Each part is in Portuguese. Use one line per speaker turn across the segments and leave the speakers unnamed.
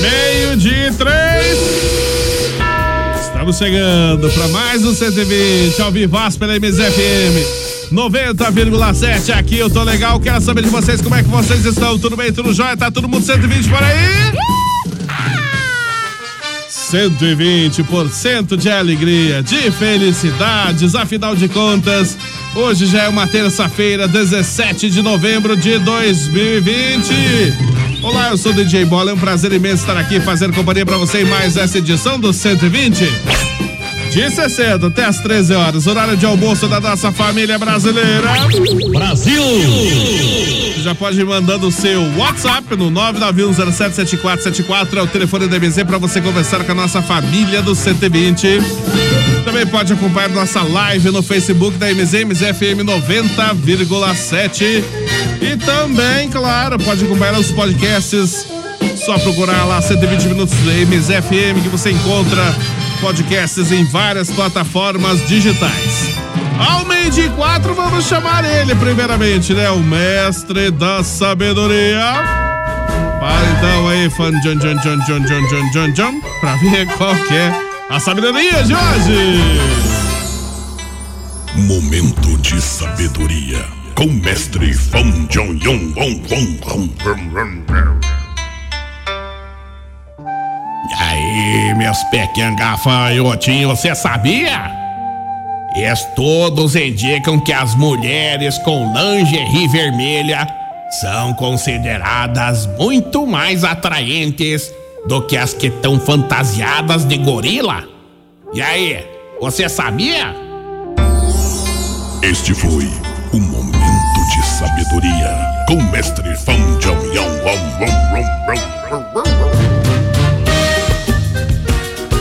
Meio de três. Estamos chegando para mais um 120 ao Vivaz pela MZFM 90,7 aqui, eu tô legal, quero saber de vocês como é que vocês estão, tudo bem, tudo jóia, tá todo mundo 120 por aí? 120% de alegria, de felicidades, afinal de contas, hoje já é uma terça-feira, 17 de novembro de 2020. Olá, eu sou o DJ Bola, é um prazer imenso estar aqui fazer companhia pra você em mais essa edição do 120. De 60 até as 13 horas, horário de almoço da nossa família brasileira. Brasil! Já pode ir mandando o seu WhatsApp no 991077474, é o telefone da MZ para você conversar com a nossa família do 120. Também pode acompanhar nossa live no Facebook da MZ, MZFM 90,7. E também, claro, pode acompanhar os podcasts só procurar lá 120 minutos do MZFM que você encontra podcasts em várias plataformas digitais. Ao meio de quatro, vamos chamar ele primeiramente, né? O mestre da sabedoria. Para então aí, fã John John John John John John John John, pra ver qual que é a sabedoria de hoje.
Momento de sabedoria com mestre Fam Jong Yong Wong Wong Wong Wong Wong Wong. Aí, meus pequenos gafanhotinhos, você sabia? Es todos indicam que as mulheres com lingerie vermelha são consideradas muito mais atraentes do que as que estão fantasiadas de gorila. E aí, você sabia?
Este foi o momento de sabedoria com o mestre Fão de União.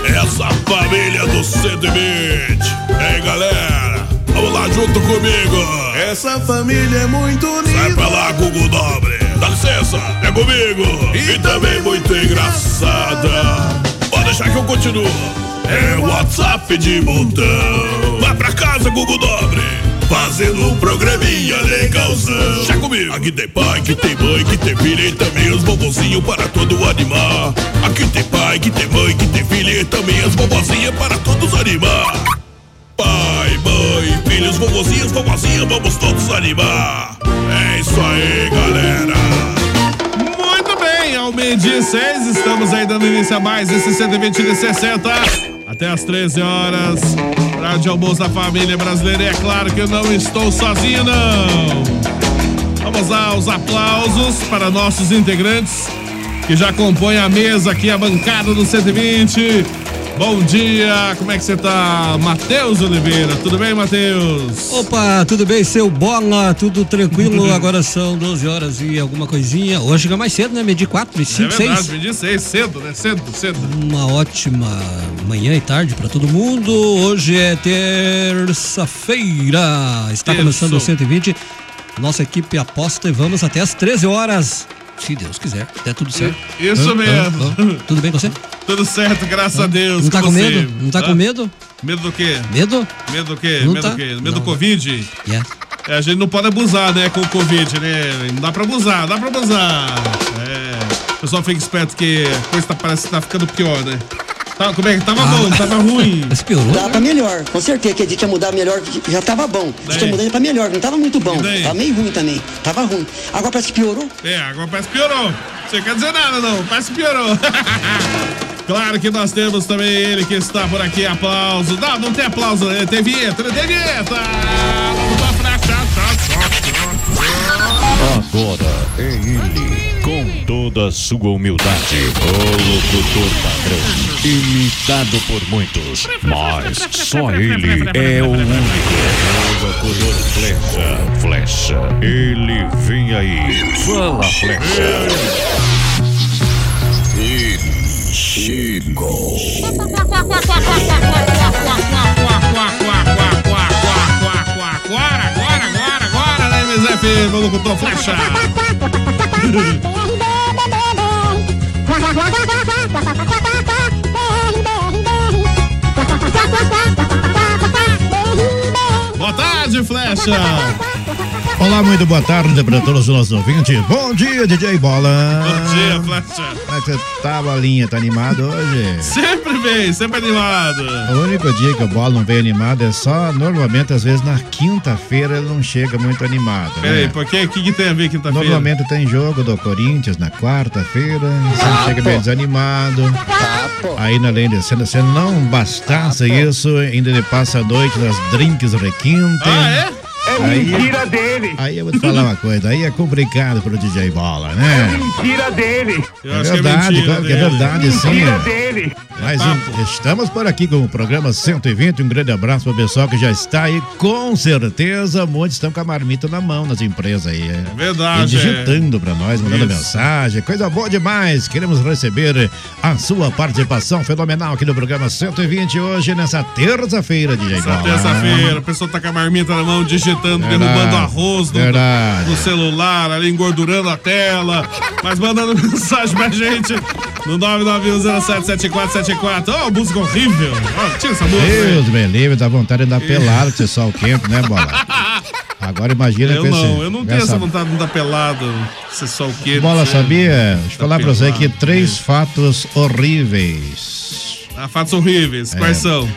Essa família do 120. Ei, galera, vamos lá junto comigo. Essa família é muito unida. Sai pra lá, Google Dobre. Dá licença, é comigo. E, também muito engraçada. Pode deixar que eu continuo. É WhatsApp de montão. Vai pra casa, Google Dobre. Fazendo um programinha legalzão. Já comigo. Aqui tem pai, que tem mãe, que tem filha e também os bobozinhos para todo animar. Aqui tem pai, que tem mãe, que tem filha e também as bobozinhas para todos animar. Pai, mãe, filhos, vovozinhos, vovozinhas, vamos todos animar. É isso aí, galera.
Muito bem, ao meio-dia e seis, estamos aí dando início a mais esse 120 de 60. até às 13 horas. Rádio Almoço da Família Brasileira. E é claro que eu não estou sozinho, não. Vamos lá, os aplausos para nossos integrantes que já compõem a mesa aqui, a bancada do 120. Bom dia, como é que você tá? Matheus Oliveira, tudo bem, Matheus?
Opa, tudo bem, seu bola? Tudo tranquilo? Agora são 12 horas e alguma coisinha. Hoje chega mais cedo, né? Medi 4,
É
5,
verdade,
6.
medi seis, cedo, né? Cedo, cedo.
Uma ótima manhã e tarde para todo mundo. Hoje é terça-feira. Está
Terço.
começando o 120. Nossa equipe aposta e vamos até às 13 horas. Se Deus quiser, der tudo certo.
Isso
Ah,
mesmo.
ah, ah. Tudo bem com você?
Tudo certo, graças a Deus.
Não tá
E
com
você?
medo? Não tá
Hã?
com medo?
Medo do quê?
Medo?
Medo do quê?
Não
medo
tá?
do quê? Medo do
Não.
Covid?
Yeah.
É, a gente não pode abusar, né, com o Covid, né? Não dá pra abusar, dá pra abusar. É. O pessoal fica esperto que a coisa tá, parece que tá ficando pior, né? Tá, como é que tava bom, tava ruim.
Ah, Mas piorou? né?
Dá pra melhor, com certeza que a gente ia mudar melhor, porque já tava bom. Diz que
Daí?
ia mudar pra melhor, não tava muito bom.
E daí?
Tava meio ruim também, tava ruim. Agora parece que piorou.
É, agora parece que piorou. Você quer dizer nada, não. Parece que piorou. claro que nós temos também ele que está por aqui. Aplauso. Não, não tem aplauso. né? Tem vinheta, né? tem vinheta. Vamos pra cá, tá, tá, tá.
Agora é ele, com toda a sua humildade, o locutor padrão, imitado por muitos, mas só ele é o único. Nova color flecha, flecha, ele vem aí, fala flecha.
Chegou.
Quá, quá, quá, quá, quá, quá, quá. Agora, agora, agora, agora, né, MZF, meu locutor flecha. Boa tarde, flecha.
Olá, muito boa tarde para todos os nossos ouvintes. Bom dia, DJ Bola.
Bom dia, flecha.
Como é que você tá, Bolinha? Tá animado hoje?
Sempre bem, sempre animado.
O único dia que o Bola não vem animado é só, normalmente, às vezes na quinta-feira ele não chega muito animado,
Peraí, tá
né?
por quê? O que, que tem a ver quinta-feira?
Normalmente tem jogo do Corinthians na quarta-feira,
Ah,
você chega meio desanimado. Ainda além de se, se não
Ah,
bastasse isso, ainda ele passa a noite nas drinks requinte.
Ah, é?
Aí, mentira dele. Aí eu vou te falar uma coisa, aí é complicado pro DJ Bola,
É
né?
Eu
É
acho
verdade,
que é mentira.
claro que é
dele.
verdade, sim. Mas um- estamos por aqui com o programa 120. Um grande abraço pro pessoal que já está aí. Com certeza, muitos estão com a marmita na mão nas empresas aí. É
verdade,
E digitando pra nós, mandando
Isso.
mensagem. Coisa boa demais. Queremos receber a sua participação fenomenal aqui no programa 120 hoje, nessa terça-feira, DJ
Essa
Bola.
terça-feira, a pessoa tá com a marmita na mão, digitando,
Verdade.
derrubando arroz no,
Verdade.
no celular, ali engordurando a tela, mas mandando mensagem pra gente no 991077474. Ó, música horrível. Ó, tira essa música.
Deus me livre, dá vontade
É.
de dar pelado com esse sol quente, né, Bola? Agora imagina
Eu
com esse-
não, eu não
com
tenho essa vontade de dar pelado, se só o quê.
assim. Bola,
se-
sabia? Deixa
Tá
eu falar pra você aqui
pelado,
três fatos horríveis.
Ah, fatos horríveis, quais
É.
são?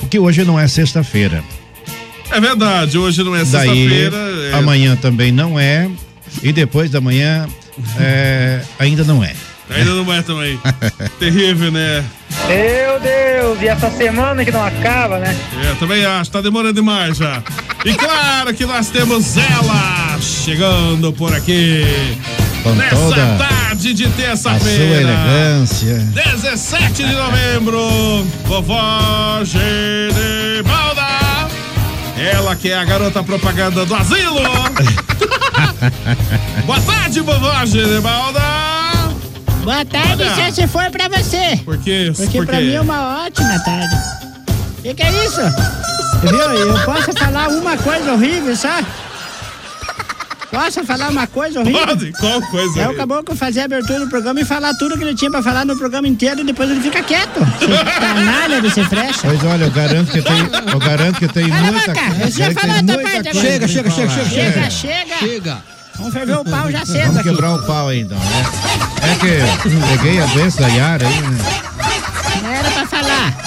Porque hoje não é sexta-feira.
É verdade, hoje não é
Daí,
sexta-feira. é-
amanhã também não é. E depois da manhã, é, ainda não é.
Ainda não é também. Terrível, né?
Meu Deus, e essa semana que não acaba, né?
É, também acho, tá demorando demais já. E claro que nós temos ela chegando por aqui.
Com
nessa
toda
tarde de
A sua
terça-feira.
elegância.
17 de novembro, vovó Gedebalda. Ela que é a garota propaganda do asilo. Boa tarde, vovó Gedebalda.
Boa tarde,
Olha.
se for pra você.
Por quê?
Porque
Por
pra
quê?
mim é uma ótima tarde. O que, que é isso? Viu? Eu posso falar uma coisa horrível, só? Posso falar uma coisa horrível?
Pode, qual coisa?
É o caboclo fazer a abertura do programa e falar tudo que ele tinha pra falar no programa inteiro e depois ele fica quieto. Você canalha desse frecha.
Pois olha, eu garanto que tem, eu garanto que tem
Cala a
muita
boca,
coisa.
você já
tem
falou outra
muita
parte
coisa
agora.
pra
Chega, chega,
falar.
chega,
Chega, chega.
Chega.
Vamos ferver o pau já cedo
Vamos
aqui.
quebrar o pau então, né? É que peguei a doença da Yara aí, né?
Não era pra falar.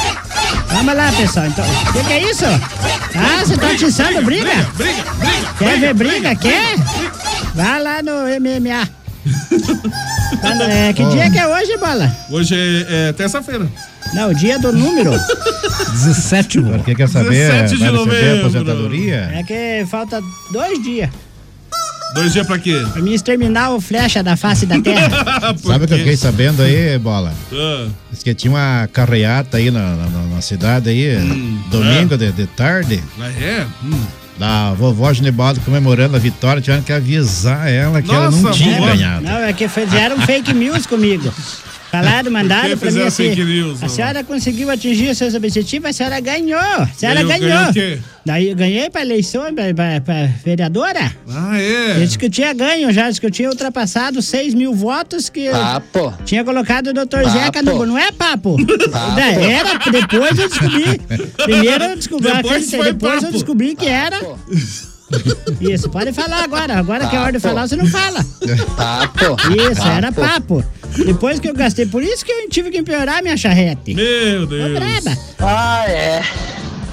Vamos lá, pessoal. Então, o que, que é isso? Ah, você tá atiçando briga?
Briga, briga.
Quer ver briga? Quer? Vai lá no MMA. Quando- é, que
Ó.
dia que é hoje, bola?
Hoje é, é terça-feira.
Não, o dia do número.
17, mano. Quem quer saber?
17 de
vai receber
novembro.
aposentadoria?
É que falta dois dias
Dois dias pra quê?
pra me exterminar o flecha da face da terra.
Sabe o que eu fiquei sabendo aí, bola?
Ah.
Diz que tinha uma carreata aí na, na- na- na cidade aí,
Hum,
domingo
é.
de, de tarde.
Ah, é? Hum.
Da vovó Ginebaldo comemorando a vitória, tiveram que avisar ela que ela não tinha ganhado.
Não, é que fizeram fake news comigo. Falaram, mandaram
Quem
pra mim
fizeram
assim.
fake news,
a
ó?
senhora conseguiu atingir seus objetivos, a senhora ganhou. A senhora
Ganhou-
ganhou.
ganhou o quê?
Daí eu ganhei pra eleição, pra, pra- pra vereadora.
Ah, é?
Disse que eu tinha ganho já, disse que eu tinha ultrapassado 6 mil votos que eu
Papo.
tinha colocado o doutor
Papo.
Zeca no... Não é papo? Não, Era, depois eu descobri. Primeiro eu descobri,
Depois
acreditei,
foi
depois eu
papo.
descobri que era... Isso, pode falar agora. Agora que é hora de
Papo.
falar, você não fala.
Papo.
Isso, era papo. Depois que eu gastei, por isso que eu tive que empeorar minha charrete.
Meu Deus.
Braba.
Ah, é.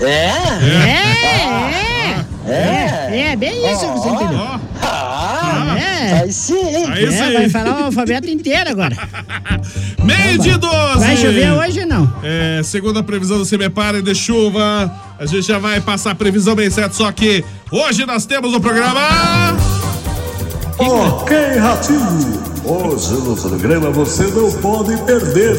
É? É, é. É, é bem isso que você entendeu. é. Aí sim.
Aí
é,
sim.
vai falar o alfabeto inteiro agora.
Meio de 12.
Vai chover hoje ou não?
É, segundo a previsão do Semepare de chuva, a gente já vai passar a previsão bem certa, só que hoje nós temos no programa...
Ok, Ratinho. Hoje no programa você não pode perder.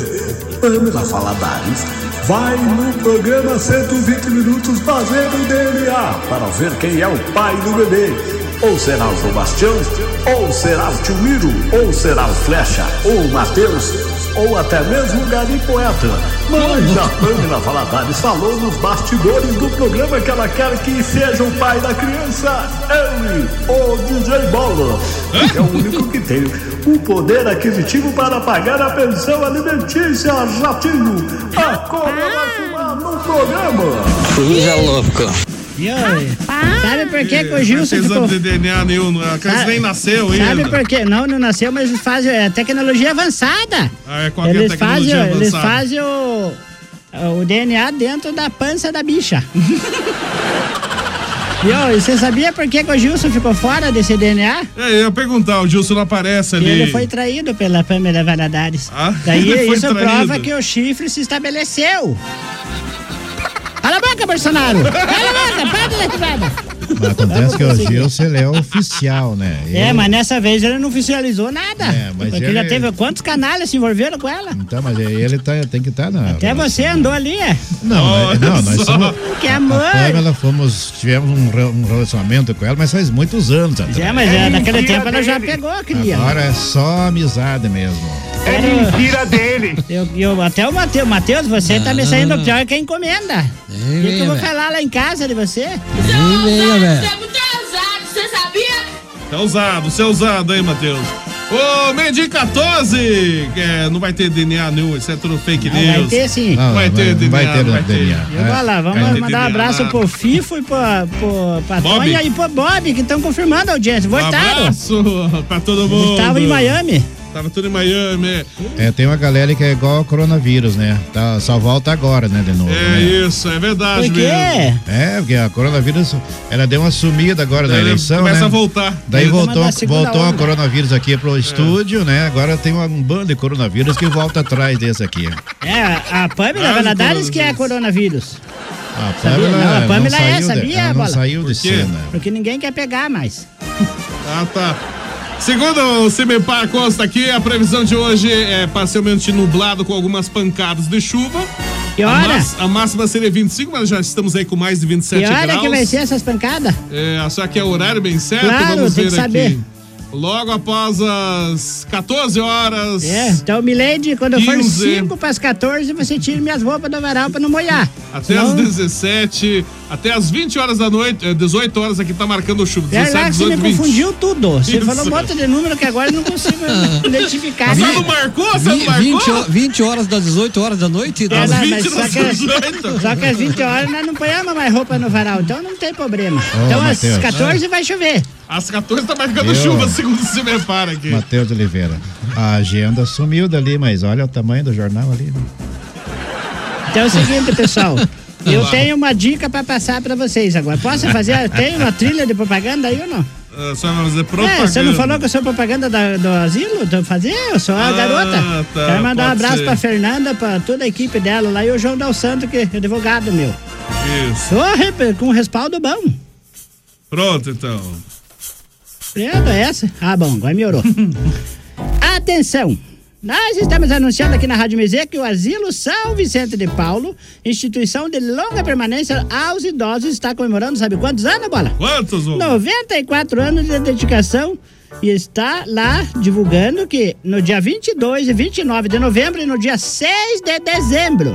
Pamela Faladares vai no programa 120 Minutos fazer o DNA para ver quem é o pai do bebê. Ou será o João Bastião, ou será o Tio Miro, ou será o Flecha, ou o Matheus, ou até mesmo o Gari Poeta. Mas a Pamela Valadares falou nos bastidores do programa que ela quer que seja o pai da criança. Ele, o DJ Bola, que é o único que tem o Um poder aquisitivo para pagar a pensão alimentícia, Jatinho. A cobra vai fumar no programa.
Coisa louca.
E aí? Sabe por que, que o Gilson
Não fez exame Ah.
ficou...
de DNA nenhum, não é? a criança
Sabe-
nem nasceu ainda.
Sabe por quê? Não, não nasceu, mas eles fazem é, tecnologia avançada.
Ah, é qualquer
Eles fazem,
tecnologia
eles
avançada.
fazem o, o DNA dentro da pança da bicha. e ó, e você sabia por que, que o Gilson ficou fora desse DNA?
É, eu ia perguntar, o Gilson não aparece ali.
Ele foi traído pela Pamela Valadares.
Ah,
Daí
ele foi
isso é
traído.
prova que o chifre se estabeleceu. Cala a boca, Bolsonaro! Cala a boca, para de letrada!
Mas acontece que o Gilson ele é oficial, né?
É,
Ele-
mas nessa vez ele não oficializou nada.
É, mas
porque
ele-
já teve quantos canalhas se envolveram com ela?
Então, mas ele tá, tem que estar na.
Até você andou ali. é?
Não, né? não, nós
só.
somos.
Que é amor.
A Pamela fomos, tivemos um, re- um relacionamento com ela, mas faz muitos anos. atrás.
É, mas é, naquele tempo ela já pegou a cria.
Agora é só amizade mesmo.
É mentira dele. Eu, eu- até o Matheus. Matheus, você tá me saindo pior que a
É
encomenda. O que, que eu vou
velho.
falar lá em casa de você?
Você sabia?
Tá usado, você é usado, hein, Matheus? Ô, meio dia 14! É, não vai ter DNA nenhum, exceto no fake
Não,
news.
vai ter sim. Não,
vai,
vai-
ter DNA,
vai ter
não vai ter
DNA.
E
É.
vai
Vai
lá, vamos
ter
mandar
DNA.
um abraço pro Fifo e pro, pro Patonha
Bob.
e pro Bob, que estão confirmando a audiência.
Um
Votaram.
abraço pra todo mundo.
Estavam em Miami.
Tava tudo em Miami.
É, tem uma galera que é igual ao coronavírus, né? Tá, só volta agora, né, de novo.
É
né?
isso, é verdade mesmo.
É, porque a coronavírus, ela deu uma sumida agora na
Ela
eleição,
começa
né?
a voltar. É.
Daí
Ele tá
voltou, um
mandando a segunda
voltou a
onda.
coronavírus aqui pro estúdio, né? Agora tem um bando de coronavírus que volta atrás desse aqui.
É, a Pamela
Quase
Valadares que é coronavírus.
Ah, A
Sabia? Não, a Pamela é,
saiu de-
sabia,
ela não
Bola?
saiu de
Por quê?
cena.
Porque ninguém quer pegar mais.
Ah, tá. Segundo o Cimepar Costa aqui, a previsão de hoje é parcialmente nublado com algumas pancadas de chuva.
Que
A,
hora?
máxima- a máxima seria 25, mas já estamos aí com mais de 27
e olha
graus.
que vai ser essas pancadas.
É, só que é o horário bem certo,
Claro,
vamos
tem
ver
que saber.
aqui. Logo após as 14 horas.
É, então Milady, quando for
15.
5 pras 14, você tira minhas roupas do varal pra não molhar.
Até
Senão-
as 17, até as 20 horas da noite, eh, 18 horas aqui tá marcando chuva.
É
17,
lá que você
18,
me
20.
confundiu tudo. Você
Isso.
falou um monte de número que agora eu não consigo identificar.
Vi- vi-
Vi-
20, ho- 20 horas das 18 horas da noite?
É,
das
não, mas só, que, só que às 20 horas nós não ponhamos mais roupa no varal, então não tem problema.
Ô,
então às
Matheus.
14 vai chover.
Às 14 tá marcando
Eu-
chuva, segundo se prepara
é-
aqui.
Matheus Oliveira. A agenda sumiu dali, mas olha o tamanho do jornal ali. né?
Então é o seguinte, pessoal. Eu tenho uma dica pra passar pra vocês agora. Posso fazer? Tem uma trilha de propaganda aí ou não?
Ah, A senhora vai fazer propaganda.
É, você não falou que eu sou propaganda da- do asilo? Tô fazendo, eu sou a
Ah,
garota.
tá,
Quero mandar um
pode
abraço
ser.
pra Fernanda, pra toda a equipe dela lá e o João Dal Santo, que é advogado meu.
Isso.
Tô re- com respaldo bom.
Pronto, então.
Prenda essa? Ah, bom, agora melhorou. Atenção! Nós estamos anunciando aqui na Rádio Mizê que o Asilo São Vicente de Paulo, instituição de longa permanência aos idosos, está comemorando, sabe quantos anos, Bola?
Quantos, ô?
94 anos de dedicação e está lá divulgando que no dia 22 e 29 de novembro e no dia 6 de dezembro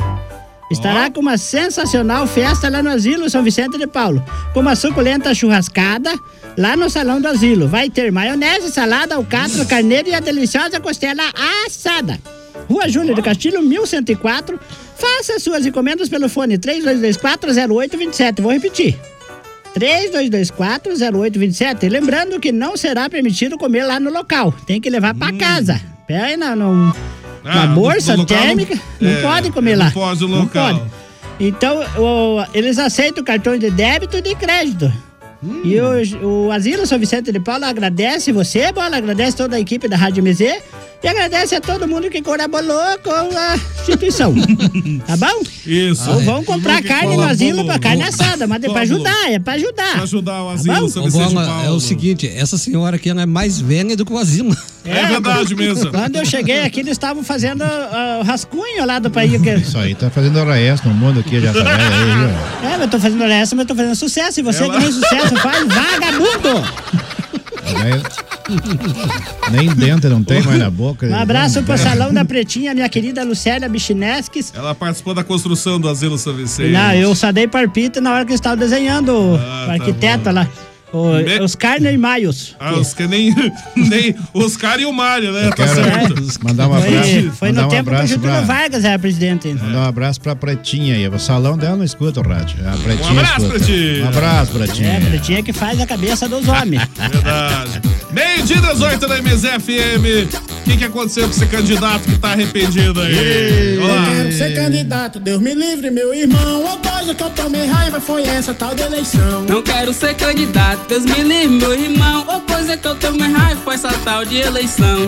Estará com uma sensacional festa lá no Asilo São Vicente de Paulo, com uma suculenta churrascada lá no Salão do Asilo. Vai ter maionese, salada, alcatra, carneiro e a deliciosa costela assada. Rua Júnior de Castilho, 1104. Faça suas encomendas pelo fone 32240827. Vou repetir. 32240827. Lembrando que não será permitido comer lá no local. Tem que levar pra casa. Pera aí, não, não-
Hum. Ah,
uma
no-
bolsa
no local não-
térmica. Não,
é,
pode comer
não
lá.
pode o
Não
local.
pode. Então, o- eles aceitam cartões de débito e de crédito.
Hum.
E o, o Asilo São Vicente de Paulo agradece você, Bola, agradece toda a equipe da Rádio MZ e agradece a todo mundo que colaborou com a instituição. tá bom?
Ah,
Isso.
é.
Ou vão comprar
Tudo que
carne no
colaborou,
asilo pra carne
colaborou.
assada, mas é pra ajudar, é pra ajudar. Pra
ajudar o
Ô, Bola, é o seguinte, essa senhora aqui ela é mais velha do que o Asilo.
É
É
Quando eu cheguei aqui, eles estavam fazendo ah, o rascunho lá do país. que-
Isso aí, tá fazendo hora extra no mundo aqui, já tá velha aí, ó.
É, mas eu tô fazendo hora extra, mas eu tô fazendo sucesso. E você
Ela-
que nem sucesso faz, vagabundo!
Tá velha. Nem dentro não tem mais na boca.
Um abraço pro
É.
Salão da Pretinha, minha querida Lucélia Bichineskis.
Ela participou da construção do Asilo São Vicente.
Não, eu só dei parpita na hora que eu estava desenhando o arquiteto lá. O-
Ah, tá Me-
Os Carne e Maios.
Ah, os que nem, nem os caras e o Mário, né? Tá certo.
Mandar um
Foi-
abraço.
Foi
mandar
no
um
tempo que o
abraço
Getúlio
pra-
Vargas era presidente ainda.
Mandar um abraço pra Pretinha aí. O salão dela não escuta o rádio. A Pretinha
abraço,
escuta.
Pretinha.
Um abraço, Pretinha.
É, pretinha que faz a cabeça dos homens.
Verdade. Meio dia 18 da MZFM. O que, que aconteceu com esse candidato que tá arrependido aí?
Eu quero ser candidato, Deus me livre, meu irmão. Uma coisa que eu tomei raiva foi essa tal de eleição.
Não quero ser candidato, Deus me livre, meu irmão. Ou coisa que eu tomei raiva com essa tal de eleição.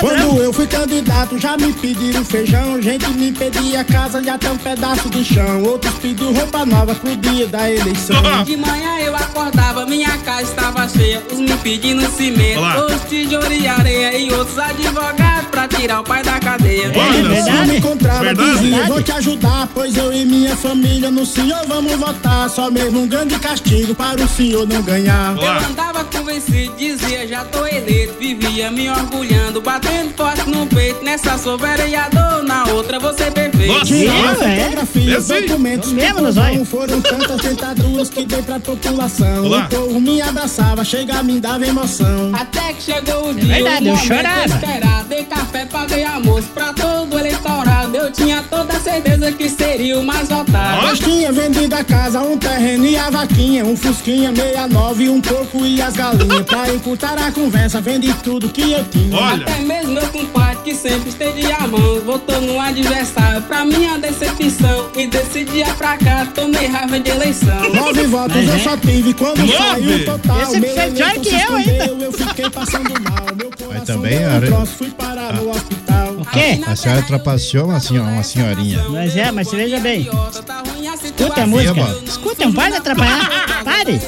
Quando eu fui candidato, já me pediram feijão. Gente me pedia casa de até um pedaço de chão. Outros pediu roupa nova pro dia da eleição.
Ah,
De manhã eu acordava, minha casa estava cheia. Uns me pedindo cimento,
Olá.
outros tijolo e areia. E outros advogados pra tirar o pai da cadeia.
Quando me encontrava, dizia, vou te
É Verdade.
ajudar, pois eu e minha família no senhor vamos votar. Só mesmo um grande castigo para o senhor não ganhar.
Eu andava convencido, dizia já tô eleito. Vivia me orgulhando, batendo forte no peito. Nessa sou vereador, na outra você perfeito.
Tirei né? fotografias, é documentos que
Lembra,
provam
zóio?
Foram tantas tentaduras que dei pra população
Olá.
O povo me abraçava, chega me dava emoção
Até que chegou o dia, o momento esperado. Dei café, paguei almoço pra todo eleitorado. Eu tinha toda a certeza que seria o mais votado.
Nós tinha vendido a casa, um terreno e a vaquinha Um fusquinha, meia nove, um porco e as galinhas Pra encurtar a conversa, vendi tudo que eu tinha
Até mesmo meu compadre que sempre esteve a mão Votou no adversário pra minha decepção E desse dia pra cá tomei raiva de eleição
Nove votos eu só tive quando
Nove?
saiu o total
Esse
Meu
fez pior
eleitor
que
se
eu
escondeu,
ainda.
Eu fiquei passando mal, meu
Mas
coração
também
deu
a,
um troço,
a,
Fui parar no hospital
quê?
a senhora trapaceou uma, senhora, uma senhorinha.
Mas é, mas se veja bem. Escuta a
Sim,
música.
mano.
Escuta, não pode
Ah,
atrapalhar. Pare.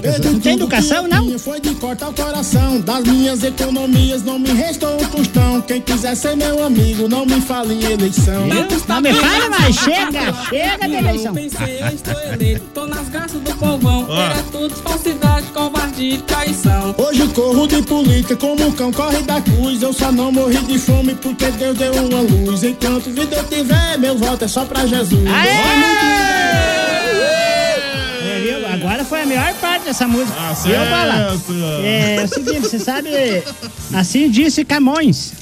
Perdi
Não tem
é tudo
educação,
que eu tinha, Foi de cortar o coração das minhas economias, não me restou um tostão. Quem quiser ser meu amigo, não me fale em eleição.
Não me fala mais. Chega, chega de eleição.
Pensei, eu estou eleito, tô nas graças do povão Era tudo falsidade, covardia e traição
Hoje corro de política como o cão corre da cruz. Eu só não morri de fome porque Deus deu uma luz. Enquanto vida eu tiver, meu voto é só pra Jesus.
É, viu? Agora foi a melhor parte dessa música. Viu, Bola?
Ah, certo.
É, é o seguinte, você sabe, assim disse Camões.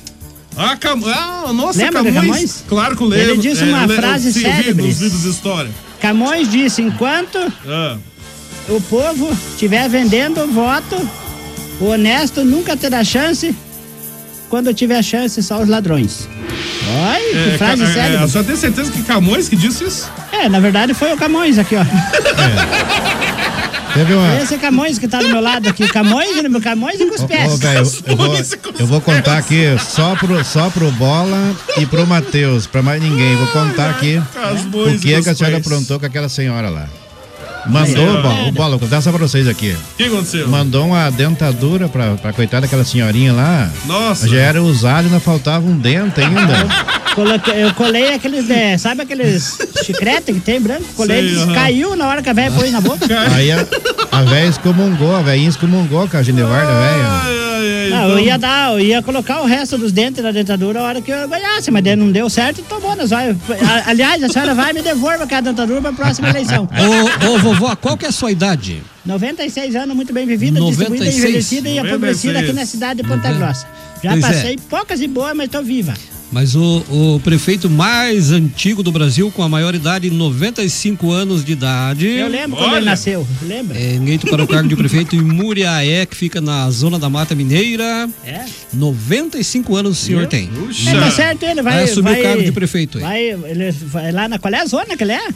Ah, Cam... ah, nossa,
Lembra do
Camões.
Camões?
Claro que eu lembro. É,
Ele disse uma
eu le-
frase
sim,
célebre.
vi nos livros de história.
Camões disse, enquanto
Ah,
o povo estiver vendendo voto, o honesto nunca terá chance. Quando tiver chance, só os ladrões. Ai, que
é,
frase
ca- é,
célebre.
Só tenho certeza que Camões que disse isso.
É, na verdade foi o Camões aqui, ó.
Teve É. uma-
Esse é Camões que tá do meu lado aqui. Camões, né, meu Camões e com os
Ô,
pés.
velho, eu, eu vou, eu vou contar aqui só pro, só pro Bola e pro Matheus, pra mais ninguém. Vou contar aqui
mãos
o que, é
dos
que a senhora
pais.
aprontou com aquela senhora lá. Mandou,
Senhora.
Bola, o Bola, vou contar só pra vocês aqui.
O que aconteceu?
Mandou uma dentadura pra, pra coitada daquela senhorinha lá.
Nossa.
Já era usada, ainda faltava um dente ainda.
Coloquei- Eu colei aqueles, é, sabe aqueles chiclete que tem branco? Colei,
Sei,
eles
aham.
caiu na hora que a velha pôs na boca.
Aí a, a véia excomungou, a velhinha excomungou com a Genevarda, velha.
Não, Ah,
então.
eu ia dar, eu ia colocar o resto dos dentes da dentadura a hora que eu ganhasse, mas daí não deu certo e tomou nas olhas. A- Aliás, a senhora vai e me devolver aquela dentadura pra próxima eleição.
Ô, ô, vovó, qual que é a sua idade?
96 anos, muito bem vivida, distribuída,
96.
envelhecida e apodrecida aqui na cidade de Ponta Grossa. Já
Pois é.
passei poucas e boas, mas tô viva.
Mas o, o prefeito mais antigo do Brasil, com a maior idade, 95 anos de idade.
Eu lembro quando ele nasceu, lembra?
É eleito para o cargo de prefeito em Muriaé, que fica na zona da Mata Mineira.
É?
95 anos o senhor
Viu?
tem.
É, tá certo ele, vai.
Vai assumir
vai-
o cargo de prefeito aí.
Vai, ele vai lá na. Qual é a zona que ele é?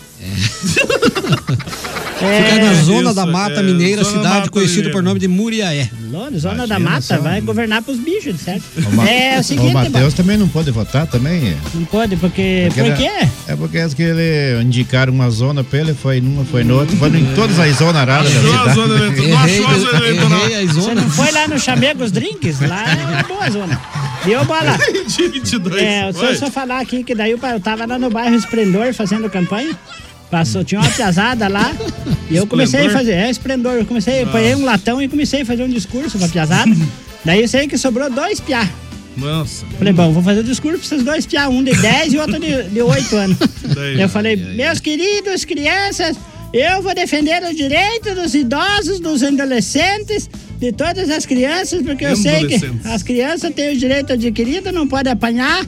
É.
Fica na zona
Isso,
da Mata
é,
Mineira,
zona
cidade
Mata
conhecida
Mineira.
por nome de Muriaé.
Lona, zona da
Imagina
mata,
só.
vai governar pros bichos, certo?
Ma-
É, o seguinte,
o Matheus também não pôde votar também.
Não pode, porque.
Porque
Por
era-
quê?
É porque acho que ele indicaram uma zona pra ele, foi numa, foi noutra, foi em todas as zonas aradas da
Achou a
cidade.
zona eleitoral, não achou a zona Errei- eleitoral. errei as Você não
zonas.
foi lá no Chamegos Drinks? Lá é uma boa zona. Viu, bola?
22.
É, eu só,
Oi.
só falar aqui que daí eu pa- eu tava lá no bairro Esplendor fazendo campanha. Passou, tinha uma piazada lá. E eu comecei a
Esplendor?
fazer. É, Esplendor. Eu comecei, eu
Ah.
apanhei um latão e comecei a fazer um discurso pra piazada. daí eu sei que sobrou dois piá.
Nossa.
Falei, bom, vou fazer o discurso pra esses dois piá, um de 10 e outro de, de 8 anos.
Daí.
eu falei, meus queridos crianças, eu vou defender os direitos dos idosos, dos adolescentes, de todas as crianças, porque eu sei que
Adolescentes.
as crianças têm o direito adquirido, não podem apanhar,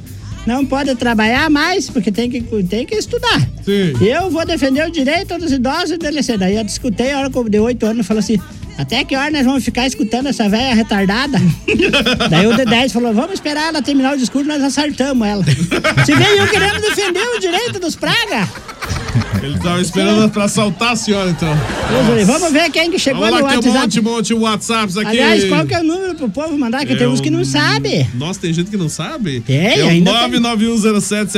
não podem trabalhar mais, porque tem que, tem que estudar. Eu vou defender o direito dos idosos e adolescentes. Aí eu discutei, a hora que eu de 8 anos, falou assim, até que hora nós vamos ficar escutando essa velha retardada? Daí o D10 falou, vamos esperar ela terminar o discurso, nós acertamos ela. Se veio querendo defender o direito dos praga.
Ele tava esperando pra assaltar a senhora, então.
Eu falei, é, vamos ver quem que chegou
Vamos
no
lá, tem um
WhatsApp.
monte, monte de WhatsApps aqui.
Aliás, qual que é o número pro povo mandar? Que tem uns que não sabe.
Nossa, tem gente que não sabe?
Tem,
é o
ainda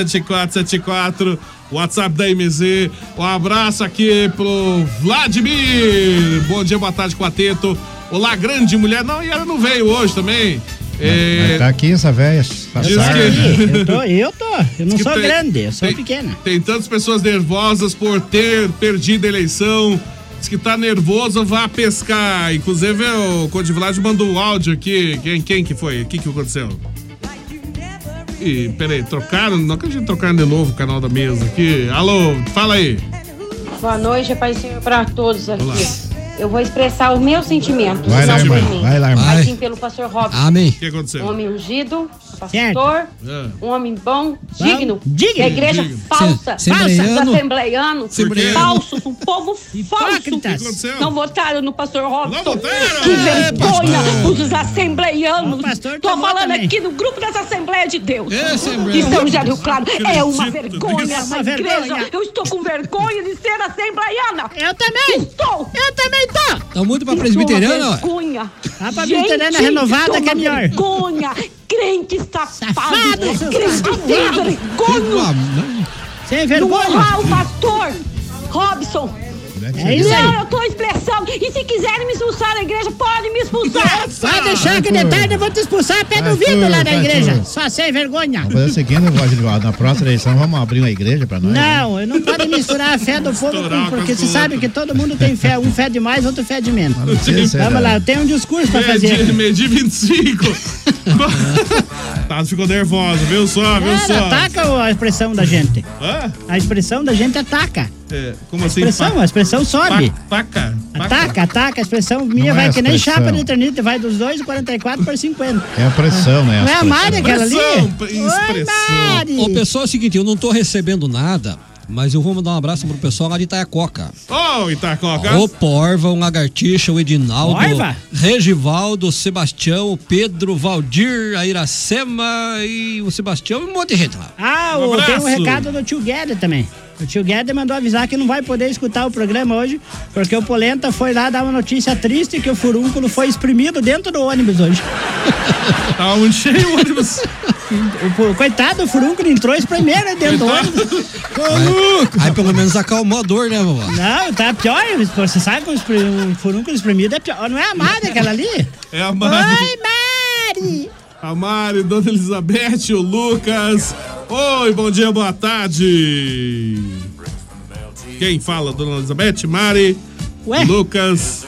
991077474, WhatsApp da MZ. Um abraço aqui pro Vladimir. Bom dia, boa tarde, Quarteto. Olá, grande mulher. Não, e ela não veio hoje também. É,
Mas Tá aqui essa velha.
Diz
passada.
que-
Eu tô, eu tô. Eu não
Que
sou
tem-
grande, eu sou
tem-
pequena.
Tem tantas pessoas nervosas por ter perdido a eleição. Diz que tá nervoso, vá pescar. Inclusive, o Code Vlad mandou um áudio aqui. Quem, quem que foi? O que, que aconteceu? Ih, peraí, trocaram? Não acredito que trocaram de novo o canal da mesa aqui. Alô, fala aí.
Boa noite, Pai Senhor, para todos aqui.
Olá.
Eu vou expressar o meu sentimento,
Vai lá,
não por
irmã.
mim,
Vai lá, irmã. Ah,
mas sim pelo pastor Robson.
Amém. O que aconteceu?
Um homem ungido, pastor,
Ah.
um homem bom, digno,
digno.
da igreja
Digno.
falsa,
Se-
falsa,
Sembreiano.
dos assembleianos,
Sembreiano.
falsos, um povo falso. Não votaram no pastor Robson. Que
É,
vergonha,
pastor.
os assembleianos. Tô falando aqui no grupo das Assembleias de Deus.
É,
de
Assembleia.
São José do Rio Claro. É uma
Acredito.
vergonha
É
essa
uma
igreja.
vergonha.
Eu estou com vergonha de ser assembleiana.
Eu também.
Estou.
Eu também tô.
Tá muito pra
Isso
presbiteriana,
é uma
ó.
vergonha.
Tá pra presbiteriana renovada,
isso
que é
uma
melhor.
vergonha. Crente safado.
Safado, seus
Crente
safados.
sem vergonha.
Sem
Não
vergonha.
honrar o pastor Robson.
É isso aí.
Não, eu tô expressando. E se quiserem me expulsar da igreja, podem me expulsar.
Vai deixar que de tarde eu vou te expulsar pé do vidro lá da
Arthur,
igreja.
Arthur.
Só sem vergonha.
Vamos fazer o
assim,
seguinte, Roger Divaldo, na próxima eleição vamos abrir uma igreja pra nós. né?
Não, eu não pode misturar a fé do povo com, porque você sabe que todo mundo tem fé. Um fé de mais, outro fé de menos.
sei se é
Vamos lá, eu
verdade.
tenho um discurso pra
Medi,
fazer.
medi 25. tá, ficou nervosa, viu só, viu
Cara,
só?
ataca a expressão da gente.
Hã?
A expressão da gente ataca.
É, como
A
assim?
expressão, a expressão sobe.
Taca.
Ataca, ataca. A expressão minha
Não
vai
é
que nem
expressão.
chapa de eternidade. Vai dos 2,44 por 50.
É a pressão, né?
Não é a
As
Mari aquela ali?
Pressão,
Oi, Mari.
Ô, pessoal, é o seguinte, eu não tô recebendo nada, mas eu vou mandar um abraço pro pessoal lá de Itaiacoca.
Ô, oh, Itacoca.
O Porva, o Lagartixa, o Edinaldo,
Porva?
Regivaldo, o Sebastião, o Pedro, o Valdir, a Iracema e o Sebastião e um monte de gente lá.
Ah, o-
Um
tem um
abraço.
recado do tio Guedes também. O tio Guedes mandou avisar que não vai poder escutar o programa hoje, porque o Polenta foi lá dar uma notícia triste que o furúnculo foi exprimido dentro do ônibus hoje.
Tava muito cheio o ônibus.
coitado, o furúnculo entrou espremido dentro do ônibus.
Aí pelo menos acalmou a dor, né, vovó?
Não, tá pior. Você sabe que o espre- o furúnculo espremido é pior. Não é a Mari aquela ali?
É a Mari.
Oi, Mari!
A Mari, Dona Elizabeth, o Lucas. Oi, bom dia, boa tarde. Quem fala, Dona Elizabeth? Mari, Lucas.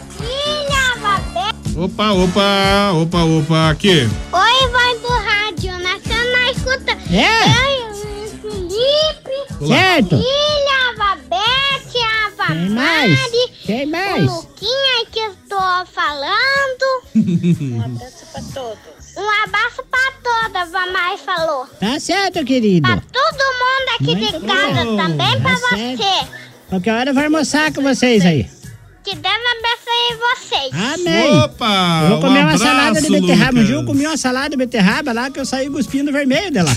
Opa, opa, opa, opa, aqui.
Oi, voz do rádio, na cana escuta.
É.
Eu, o Felipe.
Olá. Certo.
Filha, a Bete, a
Quem
Vamari.
mais? Quem mais?
O Luquinha que eu tô falando. Um abraço pra todas, a Vamari falou.
Tá certo, querido.
Todo mundo aqui
Muito
de casa,
bom.
também pra
Tá
você.
Qualquer hora eu vou almoçar com vocês aí.
Que Deus abençoe vocês.
Amém. Eu
um
vou comer uma salada de beterraba. Um dia eu comi uma salada de beterraba lá que eu saí cuspindo vermelho dela.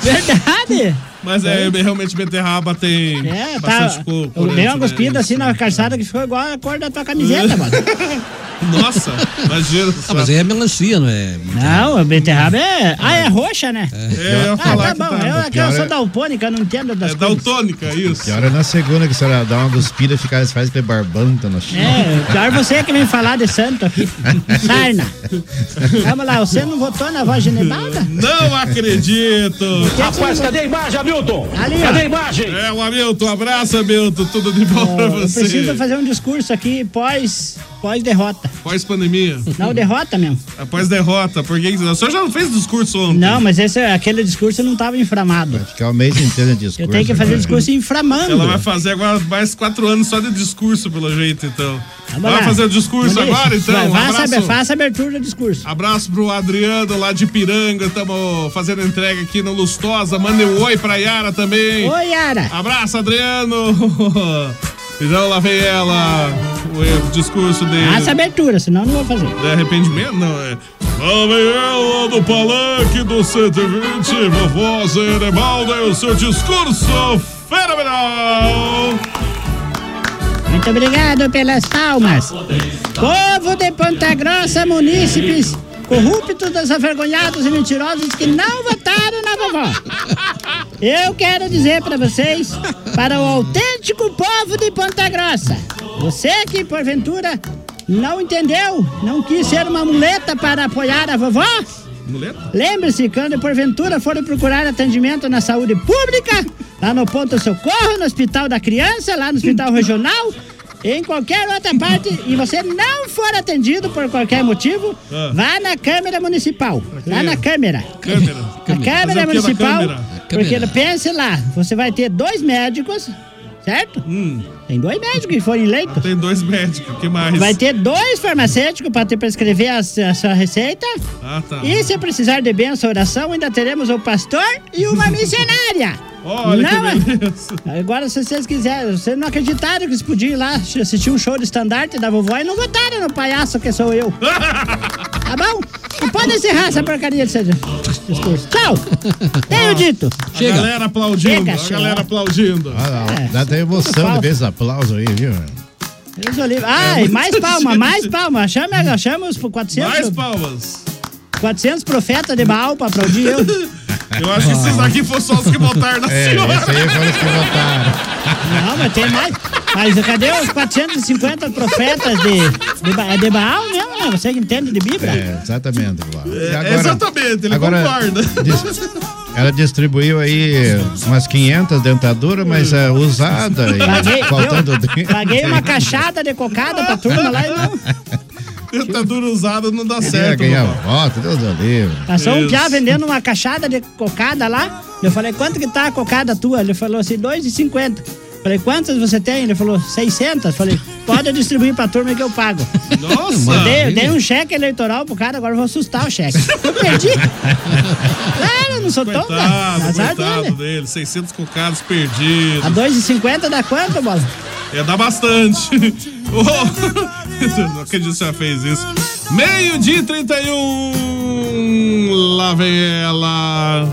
Verdade?
Mas é, realmente beterraba tem
É,
bastante
tá.
cor.
Eu dei uma
corante, né?
cuspida assim na calçada que ficou igual a cor da tua camiseta, mano.
Nossa, imagina só.
Ah, mas aí é melancia, não é?
Não, a beterraba é. Ah, é roxa, né?
É, eu ia
Ah, tá
falar que
bom.
tá-
Eu, é que eu
Pior
sou
é-
daltônica, eu não entendo das
É
coisas.
daltônica, isso.
Que hora é na segunda que a senhora dá uma guspida e fica, faz aquele barbanta no chão.
É, pior você que vem falar de santo aqui. Sarna. Vamos lá, você não votou na voz genebalda?
Não acredito!
Rapaz, cadê
a imagem, Hamilton?
é Ali, ó. Cadê a imagem?
É, o Hamilton, abraço, Hamilton, tudo de bom pra
Eu
você.
preciso fazer um discurso aqui pós, pós derrota.
Pós-pandemia.
Não, derrota mesmo.
Após derrota, por que que... O senhor já não fez discurso ontem?
Não, mas esse, aquele discurso não estava inflamado.
Ficar é o mês inteiro de discurso. né?
Eu tenho que fazer discurso inflamando.
Ela vai fazer agora mais quatro anos só de discurso, pelo jeito, então.
Vamos
vai
lá.
fazer o discurso
Mande.
agora, então?
Vai,
Um
faça,
abraço.
a- faça a abertura do discurso.
Abraço pro Adriano lá de Piranga, estamos fazendo entrega aqui no Lustosa. Manda um oi pra Yara também.
Oi, Yara.
Abraço, Adriano. Então lá vem ela, o discurso dele.
Faça a abertura, senão eu não vou fazer.
De arrependimento, não, é. Lá vem ela do palanque do 120, vovó Zenebalda e o seu discurso fenomenal.
Muito obrigado pelas palmas. Povo de Ponta Grossa, munícipes, corruptos, desavergonhados e mentirosos que não votaram na vovó. Eu quero dizer para vocês, para o autêntico povo de Ponta Grossa, você que porventura não entendeu, não quis ser uma muleta para apoiar a vovó, Lembre-se, quando porventura forem procurar atendimento na saúde pública, lá no ponto socorro, no hospital da criança, lá no hospital regional, em qualquer outra parte, e você não for atendido por qualquer motivo,
Ah.
vá na Câmara Municipal. Lá na Câmara.
Câmera.
A
Fazer o
Câmara
quê na
Municipal,
Câmara?
porque pense lá, você vai ter dois médicos, certo? Tem dois médicos que forem eleitos.
Hum. Ah, Tem dois médicos, que mais?
Vai ter dois farmacêuticos para te prescrever a, s- a sua receita.
Ah, tá.
E se precisar de benção oração, ainda teremos o pastor e uma missionária.
Olha que
Não,
beleza.
Agora, se vocês quiserem, vocês não acreditaram que vocês podiam ir lá assistir um show de estandarte da vovó e não votaram no palhaço que sou eu. Tá bom? E pode encerrar essa porcaria desse discurso. Tchau! Tenho dito!
A galera aplaudindo,
Chega,
a
chega. É.
galera aplaudindo.
Ah, Dá até emoção de ver esse aplauso aí, viu?
Deus o livre. um Ai,
É,
mais
muita
palma,
gente.
mais palma. Chama, chama os 400.
Mais palmas.
400 profetas de Baal pra aplaudir eu.
Eu acho que esses aqui foram só os que votaram na
É,
senhora.
esse aí
foram os que votaram.
Não, mas tem mais. Mas cadê os 450 profetas de, de, Ba- de Baal mesmo? Né? Você que entende de Bíblia?
É, exatamente. vó. E
É,
agora-
Exatamente, ele
agora
concorda.
dis- Ela distribuiu aí umas 500 dentaduras, mas é, usada e
Paguei,
faltando
eu,
dente.
paguei uma caixada de cocada pra turma lá e não.
Dentadura usada não dá
Quer
Tá certo,
ganhar
vovó.
voto, Deus do livre.
Passou um
Isso.
piá vendendo uma caixada de cocada lá. Eu falei, quanto que tá a cocada tua? Ele falou assim, 2,50. Falei, quantas você tem? Ele falou, 600. Falei, pode distribuir pra turma que eu pago.
Nossa!
Eu dei, eu dei um cheque eleitoral pro cara, agora eu vou assustar o cheque. Eu perdi. Claro, eu não sou tonta.
Coitado,
Azar
coitado
dele.
dele. 600 cocados perdidos.
né? A 2,50 dá quanto, bola?
Ia dar bastante. Oh, não acredito que você já fez isso. Meio dia e 31. Hum, lá vem ela.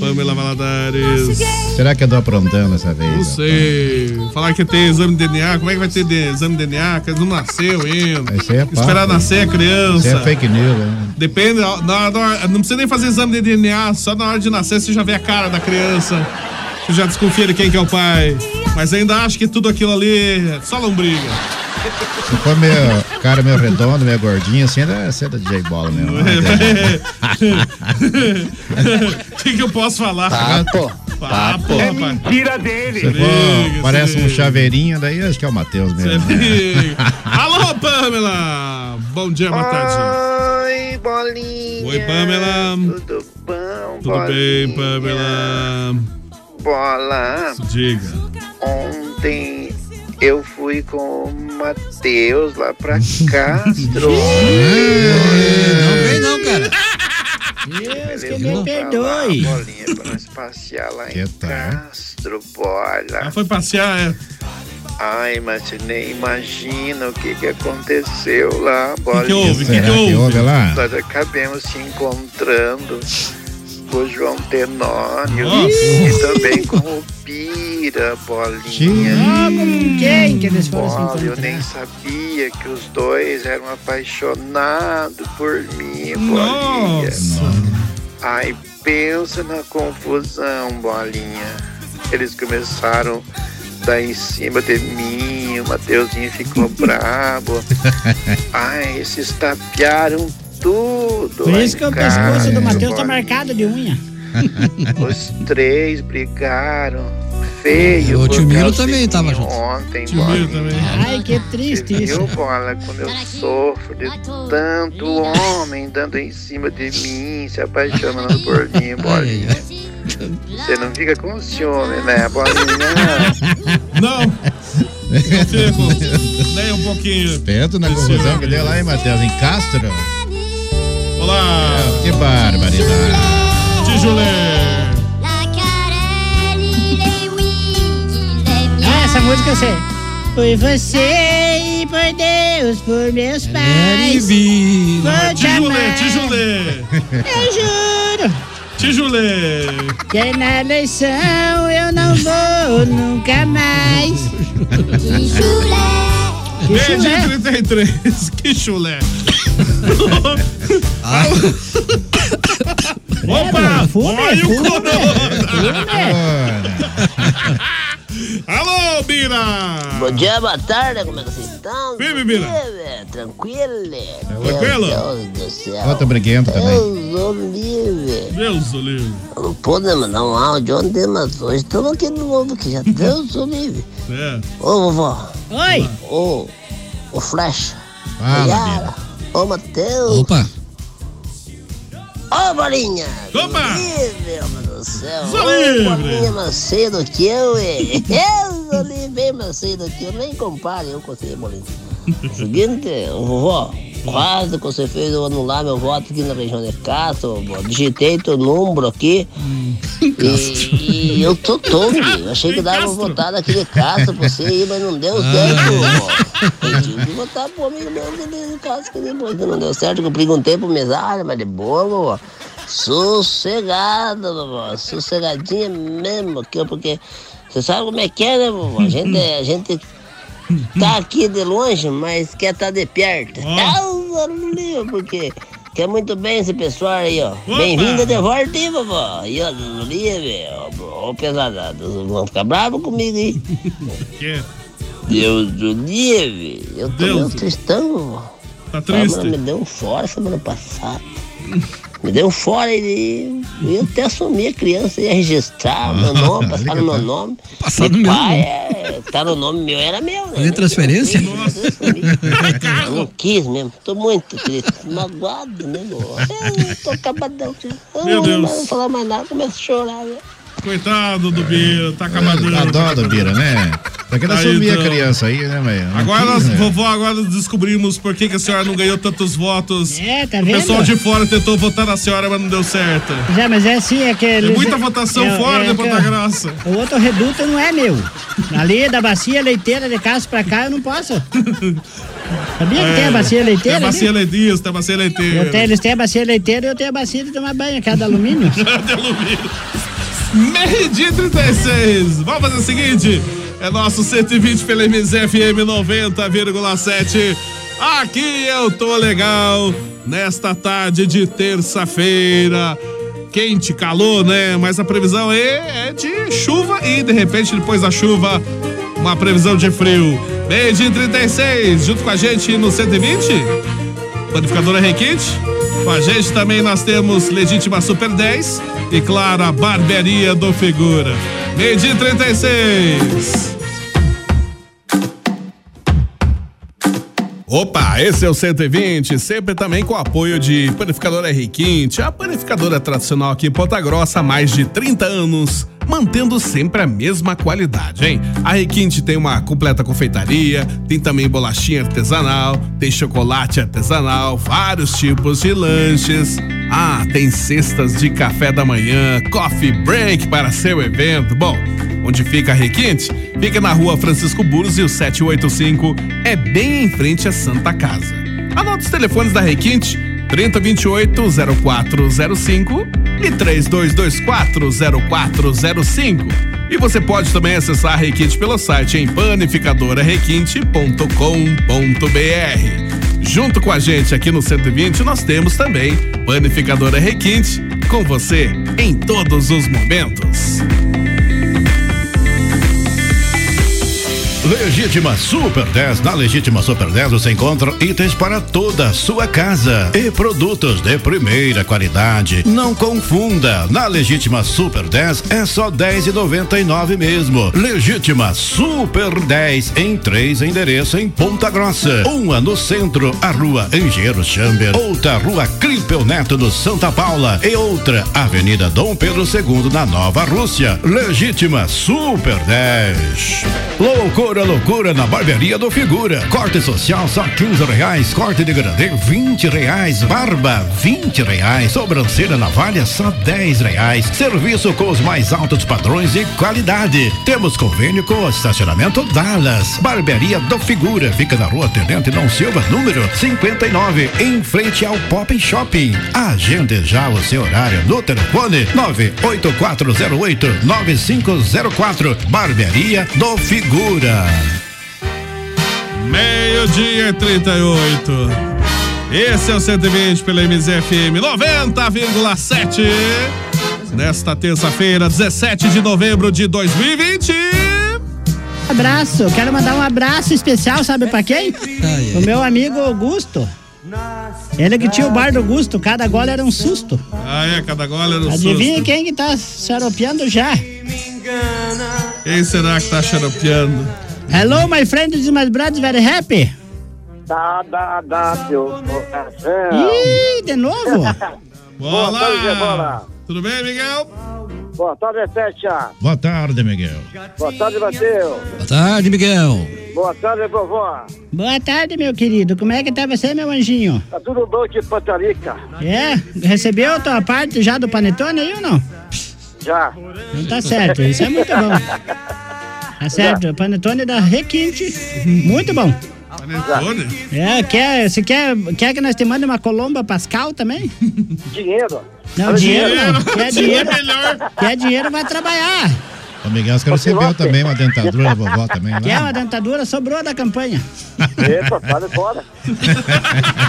Pamela Valadares.
é
Será que andou aprontando essa vez?
Não sei. Falar que tem exame de DNA. Como é que vai ter de- exame de DNA? Que não nasceu ainda.
Isso aí é papo.
Esperar nascer a criança.
Isso é fake news, né?
Depende, ó, na hora- na hora- não precisa nem fazer exame de DNA, só na hora de nascer você já vê a cara da criança. Você já desconfia de quem que é o pai. Mas ainda acha que tudo aquilo ali é só lombriga.
Se for meu cara meio redondo, meio gordinho, assim, é senta de J-Bola mesmo. né?
O que, que eu posso falar?
Papo.
Papo.
É
mentira dele.
Se for, parece um chaveirinho, daí acho que é o Matheus mesmo. né?
Alô, Pamela! Bom dia, boa tarde.
Oi, bolinha.
Oi, Pamela.
Tudo bom,
Tudo bem, Pamela?
Bola.
Diga.
Ontem eu fui com o Matheus lá pra Castro.
Ei,
não vem não, cara.
Deus, que me perdoe.
Bolinha pra nós passear lá em Castro, bola.
Foi passear, é.
Ai, mas você nem imagina o que, que aconteceu lá, bolinha.
que houve? Que Será que houve? houve lá?
Nós acabamos se encontrando com o João Tenório
Nossa.
e também com o Pira, bolinha.
Ah, com quem que eles foram se
Olha, eu
encontrar?
nem sabia que os dois eram apaixonados por mim, bolinha.
Nossa.
Ai, pensa na confusão, bolinha. Eles começaram a dar em cima de mim, o Mateuzinho ficou brabo. Ai, se estapearam tudo.
Por
lá
isso
em
que o
casa,
pescoço do Matheus
bolinha.
tá marcado de unha.
Os três brigaram. Feio.
O tio
por
Miro
causa
também
de
tava
mim
junto.
Ontem,
Tio Miro
bolinha.
Ai, que triste
Você
isso.
viu, bola, como eu sofro de tanto homem dando em cima de mim, se apaixonando por mim, bolinha. Você não fica com ciúme, né, bolinha?
Não! Eu fico. Nem um pouquinho.
Tento na confusão que deu lá, hein, Matheus? Em Castro? Ah,
Olá!
Que barbaridade.
Tijolé!
Ah, essa música eu sei. Por você e por Deus, por meus
É,
pais. Vou te
Tijolé,
amar.
tijolé!
Eu juro
Tijolé!
que na eleição eu não vou nunca mais.
é? Meio dia 33, que chulé! Opa!
É
Olha o corona! Alô, Bira!
Bom dia, boa tarde, como é que vocês estão?
Vem, Bibira.
Tranquilo?
É, Tranquilo?
Meu Deus do céu.
Outro briguento também.
Deus o livre.
Deus o livre.
Não pude mandar um áudio ontem, mas hoje estamos aqui de novo, que já Deus o livre.
É.
Ô, vovó.
Oi.
Ô, ô Flecha.
Fala,
Ô, Yara. Ô, Matheus.
Opa.
Ô, Bolinha.
Opa.
Livre, meu Deus do céu.
Sou
Ô,
livre.
Bolinha mais ceia do que eu, e Deus o livre, bem mais ceia do que eu. Nem compare eu com você, Bolinha. Seguinte, ô, vovó, quase que você fez eu anular meu voto aqui na região de Castro, vovó. Digitei teu número aqui e, e eu tô tonto. Eu achei que dava uma votada aqui de Castro pra você ir, mas não deu certo, vovó. Eu tive que votar pro amigo meu que de Castro, um que depois que não deu certo, que eu perguntei pro mesário, mas de boa, vovó. Sossegado, vovó. Sossegadinha mesmo aqui, porque você sabe como é que é, né, vovó? A gente, a gente tá aqui de longe, mas quer tá de perto. Tá livro, porque quer muito bem esse pessoal aí, ó. Bem-vinda de volta aí, vovó. E ó, Deus livre, ó, ó pesadado. Vão ficar bravos comigo aí. Deus do livre. Eu tô
Deus
meio
do-
tristão, vovó.
Tá
triste?
me deu um fora semana passada. Me deu um fora e eu ia até assumir a criança, ia registrar o meu nome, passar no meu nome.
Passar no meu
pai,
nome.
é, tá no nome meu, era meu, né?
Fazer transferência?
Eu não quis mesmo, tô muito triste, magoado, né, meu?
É.
Eu tô acabadão, já. eu
Meu
não vou
Deus.
mais falar mais nada, começo a chorar, né?
Coitado do Bira, tá
É,
acabadinho.
Dá dó do Bira, né? Pra que não
tá
Aí,
assumir a
então.
criança aí, né, velho?
Agora, nós,
né?
vovó, agora nós descobrimos por que, que a senhora não ganhou tantos votos.
É, tá
O
vendo?
pessoal de fora tentou votar na senhora, mas não deu certo.
Já, mas é assim, é que... eles-
muita votação fora né, de
que
Ponta
o-
Grossa.
O outro reduto não é meu. Ali da bacia leiteira de casa pra cá eu não posso. Sabia que tem a bacia leiteira?
Tem é a bacia
ali?
leiteira, tem a bacia leiteira.
Eu tenho, eles têm a bacia leiteira e eu tenho a bacia de tomar banho, que é a de alumínio.
de alumínio. Meio-dia e 36. Vamos fazer o seguinte: é nosso 120 pela MZFM 90,7. Aqui eu tô legal nesta tarde de terça-feira. Quente, calor, né? Mas a previsão é, é de chuva e, de repente, depois da chuva, uma previsão de frio. Meio-dia e 36. Junto com a gente no 120. Panificadora Requinte. Com a gente também nós temos Legítima Super 10 e, claro, a Barbearia do Figura. Meio dia 36. Opa, esse é o 120, sempre também com o apoio de Panificadora Requinte, a panificadora tradicional aqui em Ponta Grossa há mais de 30 anos, mantendo sempre a mesma qualidade, hein? A Requinte tem uma completa confeitaria, tem também bolachinha artesanal, tem chocolate artesanal, vários tipos de lanches. Ah, tem cestas de café da manhã, coffee break para seu evento. Bom, Onde fica a Requinte? Fica na rua Francisco Burzio 785, é bem em frente à Santa Casa. Anota os telefones da Requinte: 3028-0405 e 3224-0405. E você pode também acessar a Requinte pelo site em panificadorarequinte.com.br. Junto com a gente aqui no 120, nós temos também Panificadora Requinte, com você em todos os momentos.
Legítima Super 10. Na Legítima Super 10 você encontra itens para toda a sua casa e produtos de primeira qualidade. Não confunda. Na Legítima Super 10 é só 10 e mesmo. Legítima Super 10 em três endereços em Ponta Grossa. Uma no centro, a rua Engenheiro Chamber, outra rua Crimpel Neto no Santa Paula e outra Avenida Dom Pedro II na Nova Rússia. Legítima Super 10. Loucura, loucura na barbearia do Figura. Corte social só 15 reais. Corte de grande 20 reais. Barba 20 reais. Sobrancelha navalha só 10 reais. Serviço com os mais altos padrões e qualidade. Temos convênio com o estacionamento Dallas. Barbearia do Figura. Fica na rua Tenente Dom Silva, número 59, em frente ao Pop Shopping. Agende já o seu horário no telefone 98408-9504. Barbearia do Figura.
Meio-dia e 38. Esse é o 120 pela MZFM 90,7. Nesta terça-feira, 17 de novembro de 2020.
Abraço, quero mandar um abraço especial, sabe pra quem? O meu amigo Augusto. Ele que tinha o bar do Augusto, cada gola era um susto.
Ah, é, cada gole era um
Adivinha
susto.
quem que tá xaropeando já?
Quem será que tá xaropeando?
Hello, my friends, my brothers, very happy.
Dá, dá, dá, seu coração.
Ih, de novo?
Boa tarde, bola.
Tudo bem, Miguel?
Boa tarde, Fecha.
Boa tarde, Miguel.
Boa tarde, Matheus.
Boa tarde, Miguel.
Boa tarde, vovó.
Boa tarde, meu querido. Como é que tá você, meu anjinho?
Tá tudo bom aqui em Pantarica?
É? Recebeu a tua parte já do panetone aí ou não?
Já.
Não tá certo, isso é muito bom. Tá certo, panetone da Requinte. Muito bom.
Panetone?
É, quer, você quer, quer que nós te mande uma colomba pascal também?
Dinheiro.
Não, dinheiro não. Quer dinheiro, é
melhor.
quer dinheiro, vai trabalhar.
O Miguel você recebeu também
assim.
uma dentadura da vovó também. é? lá.
Quer uma dentadura? Sobrou da campanha.
Epa, para fora.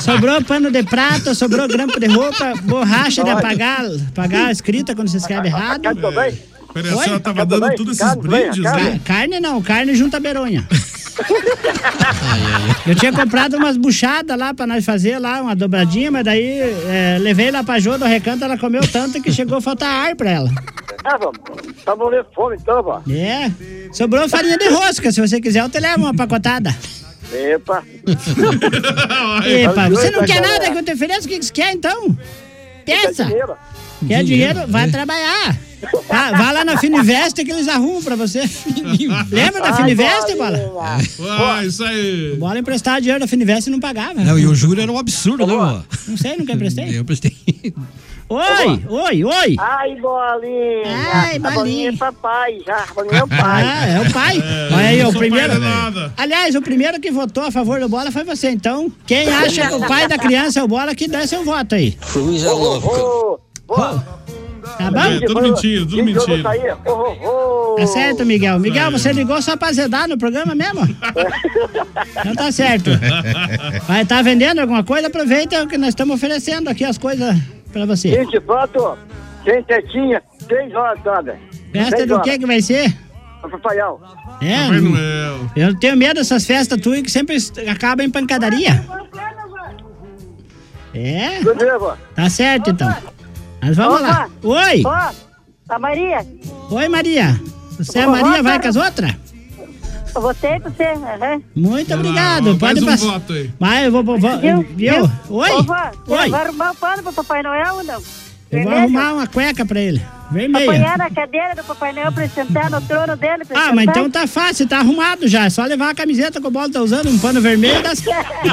Sobrou pano de prata, sobrou grampo de roupa, borracha de
Olha.
apagar, apagar a escrita quando você escreve errado.
Carne também?
Peraí, a senhora tava dando
Também?
todos esses brindes,
Carne,
né?
carne não, carne junta beronha. Eu tinha comprado umas buchadas lá pra nós fazer lá, uma dobradinha, mas daí é, levei lá pra Jô do recanto, ela comeu tanto que chegou a faltar ar pra ela.
Ah, vamos. Tá morrendo de fome então, vó.
É. Sobrou farinha de rosca, se você quiser eu te levo uma pacotada.
Epa.
Epa, você não quer nada que eu te ofereço? O que que você quer então? Peça. Quer dinheiro? Vai trabalhar. Ah, vá lá na Fininvest que eles arrumam pra você. Lembra da
Ai,
Fininvest,
bolinha.
Bola?
Ah, isso aí.
Bola emprestava dinheiro da Fininvest e não pagava.
Não, e o juro era um absurdo, né, mano?
Não sei, nunca emprestei.
Eu prestei.
Oi, oi, oi.
Ai, bolinha.
Ai,
A bolinha é papai já. A bolinha é o pai.
Ah, é o pai. Olha aí,
eu
o
sou pai
primeiro.
danado.
Aliás, o primeiro que votou a favor do bola foi você. Então, quem acha que o pai da criança é o bola, que dá seu voto aí.
Luiz é louco.
Tá bom?
É, tudo mentira, tudo mentira.
Tá certo, Miguel. Miguel, você ligou só pra azedar no programa mesmo? Então tá certo. Vai tá vendendo alguma coisa? Aproveita que nós estamos oferecendo aqui as coisas pra você.
Gente, pronto. Sem tetinha, três horas, sabe?
Festa do que que vai ser?
Papaial.
Tá
É, eu tenho medo dessas festas tuas que sempre acabam em pancadaria. É? Tá certo, então. Mas vamos
Opa.
lá. Oi!
Ó, a Maria,
Oi, Maria. Você é a
Ô,
Maria,
ô, cara.
vai com as outras?
eu votei pra você, aham.
Muito obrigado.
mais
Pode
um
passar.
voto aí.
Mas eu vou. vou, vou
Viu?
viu? Oi?
Ô, vó,
Oi?
você vai arrumar o pano pro Papai Noel ou não?
Eu vou
Vermelho?
arrumar uma cueca pra ele.
Apanhar
Vermelha.
na cadeira do Papai Noel pra ele sentar no trono dele. Pra ele
Ah, mas
sentar.
então tá fácil, tá arrumado já. É só levar a camiseta que o bolo tá usando, um pano vermelho. Dá certo.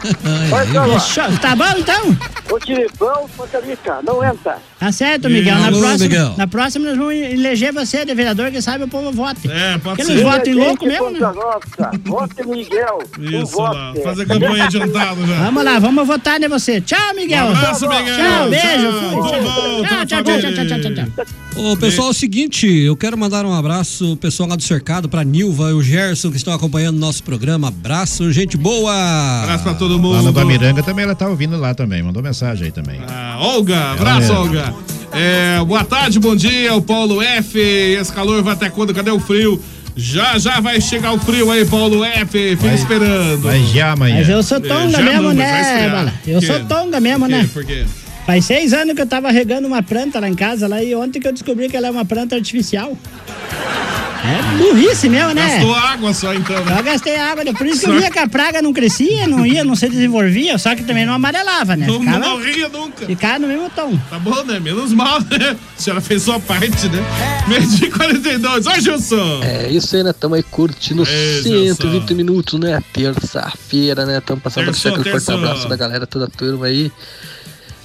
Fechou. tá bom então?
O Tiripão, Fantamica, não entra.
Tá certo,
Ih,
Miguel. Na,
alô,
próxima,
Miguel.
na próxima nós vamos eleger você de vereador, que sabe o povo vote. É,
pode
Aqueles votos em louco mesmo, né?
Nossa, vote Miguel. não
Isso,
vote.
lá. Fazer campanha adiantada já.
Vamos lá, vamos votar em você. Tchau, Miguel.
Um abraço, Miguel.
Tchau, beijo.
Tchau,
fui.
tudo bom,
Tchau, tchau, tchau, tchau, tchau, tchau, tchau.
Ô, pessoal, é o seguinte, eu quero mandar um abraço, o pessoal lá do cercado, pra Nilva e o Gerson que estão acompanhando nosso programa. Abraço, gente boa! Abraço
pra todo mundo.
Lá no Guamiranga também ela tá ouvindo lá também, mandou mensagem aí também.
Ah, Olga, abraço,
Ela é.
Olga. É, boa tarde, bom dia, o Paulo F. Esse calor vai até quando? Cadê o frio? Já, já vai chegar o frio aí, Paulo F. Fica esperando.
Mas já amanhã.
Mas eu sou
É,
tonga
já
mesmo,
não, mas vai
né,
esfriar.
Bala?
Por
Eu
quê?
sou tonga mesmo,
Por quê?
né?
Por quê?
Faz seis anos que eu tava regando uma planta lá em casa lá, e ontem que eu descobri que ela é uma planta artificial. É burrice mesmo, né?
Gastou água só então, né?
Eu gastei água, né? por isso que
Só-
eu via que a praga não crescia, não ia, não se desenvolvia, só que também não amarelava, né?
Não
Ficava-
morria nunca.
Ficava no mesmo tom.
Tá bom, né? Menos mal, né? A senhora fez sua parte, né? Medi 42. Ó, Gilson.
É isso aí, né? Tamo aí curtindo 120 minutos, né? Terça-feira, né? Tamo passando
Terçou,
aqui aquele forte
terçou.
abraço da galera, toda a turma aí.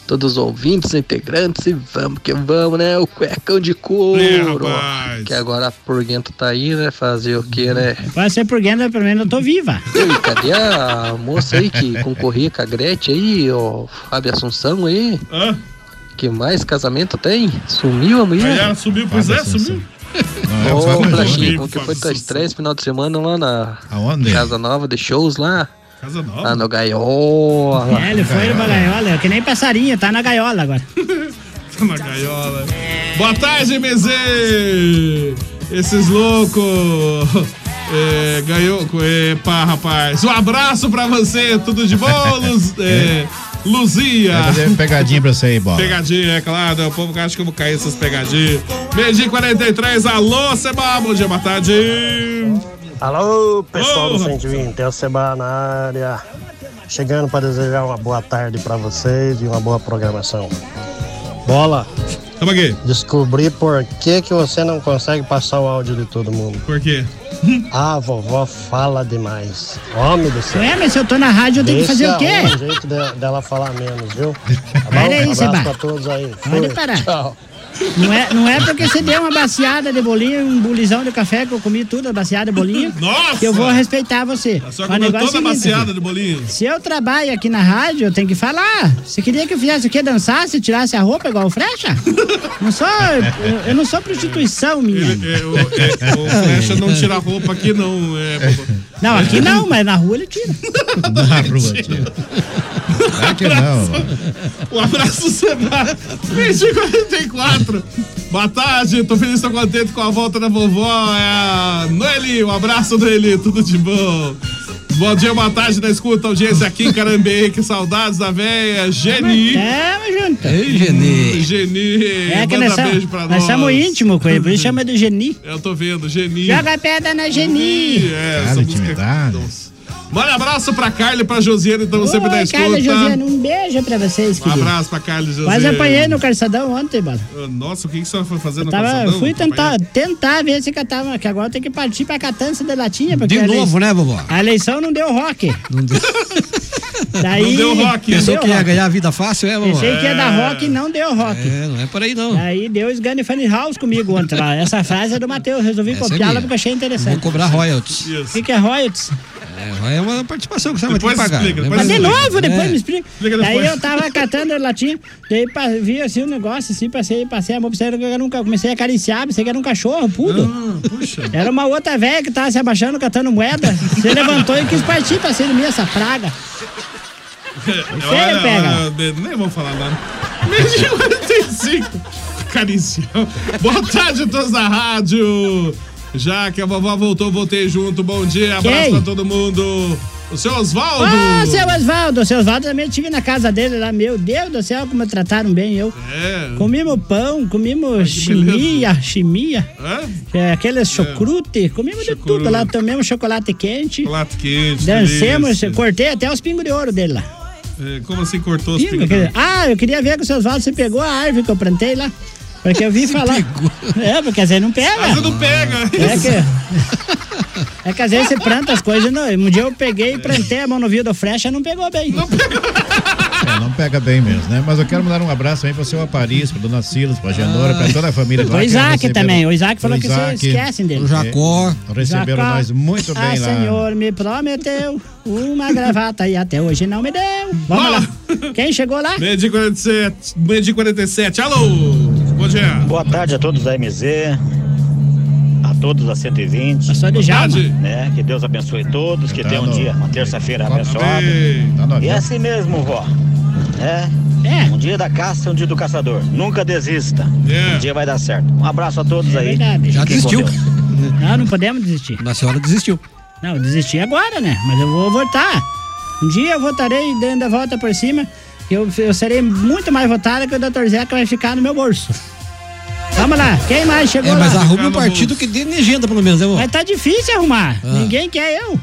Todos os ouvintes, integrantes, e vamos que vamos, né? O cuecão de couro.
É,
que agora a Porguento tá aí, né? Fazer o quê, né?
Pode ser por guenda, pelo menos eu tô viva.
E cadê a moça aí que concorria com a Gretchen aí, ó? Fábio Assunção aí? Que mais casamento tem? Sumiu a mulher?
Aí ela subiu, pois é, sumiu.
Ô,
Fábio Assunção.
Flavinho, como que foi tua estreia esse final de semana lá na Casa Nova de Shows lá?
Casa Nova?
Lá no Gaiola.
É, ele foi pra gaiola, que nem passarinho, tá na gaiola agora.
Tá na gaiola. Boa tarde, MZ! Esses loucos! É, ganhou. Epa, rapaz! Um abraço pra você, tudo de bom, Luz, é, Luzia!
Vai fazer pegadinha pra você aí, bola.
Pegadinha, é claro, é o povo que acha que eu vou cair essas pegadinhas. Meio 43, alô, Seba, bom dia, boa tarde!
Alô, pessoal
Ô,
do 120, é o Seba na área. Chegando para desejar uma boa tarde para vocês e uma boa programação. Bola.
Tamo aqui.
Descobri por que, que você não consegue passar o áudio de todo mundo.
Por quê?
A vovó fala demais. Homem do céu.
Ué, É, mas se eu tô na rádio, eu tenho que
Esse
fazer o
é
quê?
um jeito de- dela falar menos, viu? Tá
Olha aí,
Um abraço
Seba.
pra todos aí.
Pode
Fui.
parar. Não é, não é porque você deu uma baciada de bolinha, um bulizão de café que eu comi tudo, a baciada de bolinha,
Nossa!
que eu vou respeitar você.
A senhora
Mas o
comeu
negócio
toda
é
a
o seguinte,
baciada de bolinho.
Se eu trabalho aqui na rádio, eu tenho que falar. Você queria que eu fizesse o quê? Dançasse, tirasse a roupa igual o Frecha? Não sou, É, eu, eu não sou prostituição, menino.
É, o, é, o Flecha não tira a roupa aqui, não. É,
Não, aqui não, mas na rua ele tira.
Na rua, tio. Claro que não.
Um abraço, Sebrae. 44. Boa tarde, tô feliz, tô contente com a volta da vovó. É a Noeli, um abraço, Noeli, tudo de bom. Bom dia, boa tarde na escuta, audiência aqui em Carambê, que saudades da véia, Geni.
Tamo junto.
Ei, Geni. Geni,
É que
manda
nós somos,
beijo pra
nós
nós.
somos íntimos com ele, por isso chama de Geni.
Eu tô vendo, Geni.
Joga pedra na Geni.
É, essa intimidade. Manda abraço pra Carla e pra Josiane, então sempre da
Oi,
escuta.
Carla Josiana, um beijo pra vocês,
Um
querido.
abraço pra Carla e Josiane.
Mas apanhei no calçadão ontem, mano.
Nossa, o que, que a senhora foi fazer no
Tava,
calçadão?
fui tentar, tentar ver se catava, que agora tem que partir pra catança de latinha. Porque
De
a
novo,
elei-
né, vovó?
A eleição não deu rock. Daí-
não deu rock.
Não
Pensou
deu
que ia
rock.
ganhar a vida fácil, é, mamãe?
Tá Pensei que ia dar rock e não deu rock.
É, não é por aí não.
Aí deu Sgunny Funny House comigo ontem lá. Essa frase é do Matheus, resolvi
Essa é
copiá-la
minha.
porque achei interessante.
Vou cobrar royalties.
O que, que é royalties?
É, é uma participação que você vai ter que
Depois
pagar.
explica,
né?
Mas de novo, depois
É.
me explica. Daí eu tava catando a latinha, daí pa- vi assim o negócio, assim, passei, passei a mão, pensei que era um ca- comecei a acariciar, pensei que era um cachorro, pudo. Era uma outra velha que tava se abaixando, catando moeda, se levantou e quis partir pra cima de mim, essa praga.
Olha,
pega.
olha, de- nem vou falar nada. Meio de 45. Caricião. Boa tarde a todos da rádio. Já que a vovó voltou, voltei junto. Bom dia, abraço
Quem?
pra todo mundo. O seu Oswaldo.
Ah, seu Osvaldo, seu Osvaldo também estive na casa dele lá, meu Deus do céu, como trataram bem eu.
É.
Comimos pão, comimos chimia, chimia, é, aqueles chocrute, comimos de tudo lá, tomamos chocolate quente,
Chocolate quente.
dancemos,
delícia.
cortei até os pingos de ouro dele lá.
É, Como assim cortou os
Ih, meu
pingos?
querido. Ah, eu queria ver com o seu Oswaldo se pegou a árvore que eu plantei lá. Porque eu vi falar. É, porque às vezes não pega.
Às vezes não pega.
É que, é que às vezes você planta as coisas. Não. Um dia eu peguei e plantei a mão no vidro frecha, não pegou bem.
É, não pega bem mesmo, né? Mas eu quero mandar um abraço também pro seu Aparício, pra dona Silas, pra Janora, pra toda a família.
Ah. Pro
lá que
Isaac
receberam-
também, o Isaac falou
Pro
que vocês esquecem dele. Pro Jacó.
É, Receberam
Jacó.
nós muito bem
ah,
lá.
senhor, me prometeu uma gravata e até hoje não me deu. Vamos lá. Quem chegou lá?
Meio de 47. Meio de 47. Alô. Bom dia.
Boa tarde a todos da MZ, a todos da 120.
Só de Jama.
Né? Que Deus abençoe todos, que
Tá
tenham um
no-
dia, uma terça-feira
Tá
abençoada.
bem, tá no-
E é assim mesmo, vó. né?
É.
Um dia da caça, um dia do caçador. Nunca desista.
É.
Um dia vai dar certo. Um abraço a todos
É
aí.
verdade. Já
Fiquem com
desistiu.
Deus.
Não, não podemos desistir.
A senhora desistiu.
Não, eu desisti agora, né? Mas eu vou votar. Um dia eu votarei dando a volta por cima. Eu, eu serei muito mais votada que o Dr. Zeca vai ficar no meu bolso. Vamos lá, quem mais chegou
É, mas
lá?
arruma um partido que dê legenda, pelo menos, né, amor?
Mas tá difícil arrumar.
Ah.
Ninguém quer eu.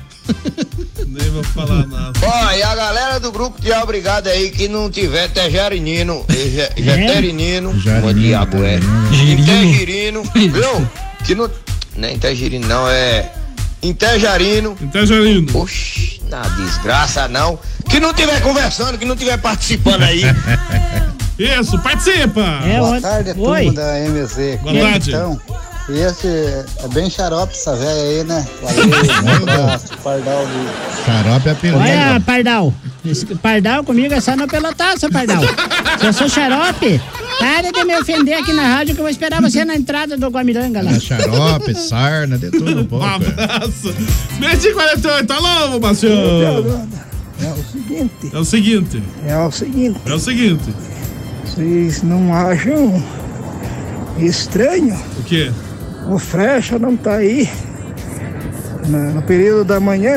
Nem vou falar nada.
Ó, e a galera do grupo de obrigado aí que não tiver tejerinino, e ge-
É?
geterinino, o diabo é. Intergirino, viu? Que não. Não é intergirino, não, é. Intejarino.
Intejarino.
Oxi, na desgraça não. Que não tiver conversando, que não tiver participando aí.
Isso, participa!
É,
É
Boa tarde, a turma da MZ.
Boa tarde.
Então, e esse é bem xarope essa velha aí, né? Valeu, pardal de...
Xarope é apelido.
Olha, Pardal. Esse pardal comigo é só na pelotaça, Pardal. Se eu sou xarope, para de me ofender aqui na rádio que eu vou esperar você na entrada do Guamiranga lá.
É xarope, sarna, de tudo um pouco.
Abraço. Meio de 48. Alô, Marcião.
É o seguinte,
É o seguinte.
é o seguinte,
É o seguinte.
vocês não acham estranho?
O quê?
O Frecha não tá aí na- no, período da manhã.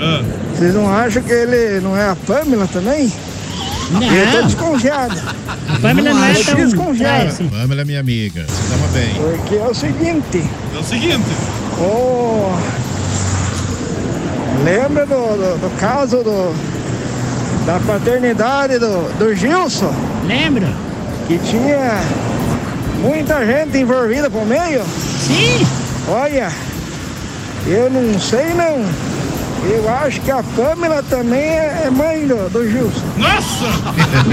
Ah.
Vocês não acham que ele não é a Pamela também? Eu tô
Não.
desconfiado.
A
Pamela não é tão-
tá um
desconfiada.
é, assim.
Pamela é minha amiga, se dava bem.
Porque é o seguinte. Oh,
É o seguinte.
lembra do, do- do caso do, da paternidade do, do Gilson?
Lembra?
Que tinha muita gente envolvida por meio?
Sim!
Olha, eu não sei não. Eu acho que a Pamela também é é mãe do, do Gilson.
Nossa!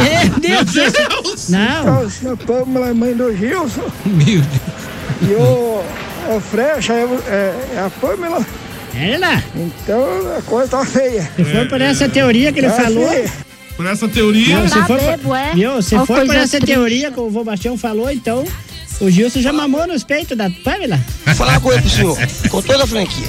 É, Meu
Deus!
Não! Então, se a Pamela é mãe do Gilson. Meu Deus! E o, o Frecha é, é- é a Pamela.
Ela?
Então a coisa tá feia.
Se for por essa teoria que ele
Tá
falou.
feia.
Por essa teoria.
Não, se
Ah,
for, por- Viu? Se
Ó,
for por
é, coisa
essa
triste.
teoria que o vô Bastião falou, então o Gilson já mamou nos peitos da Pamela.
Falar com ele, senhor, com toda a franquia.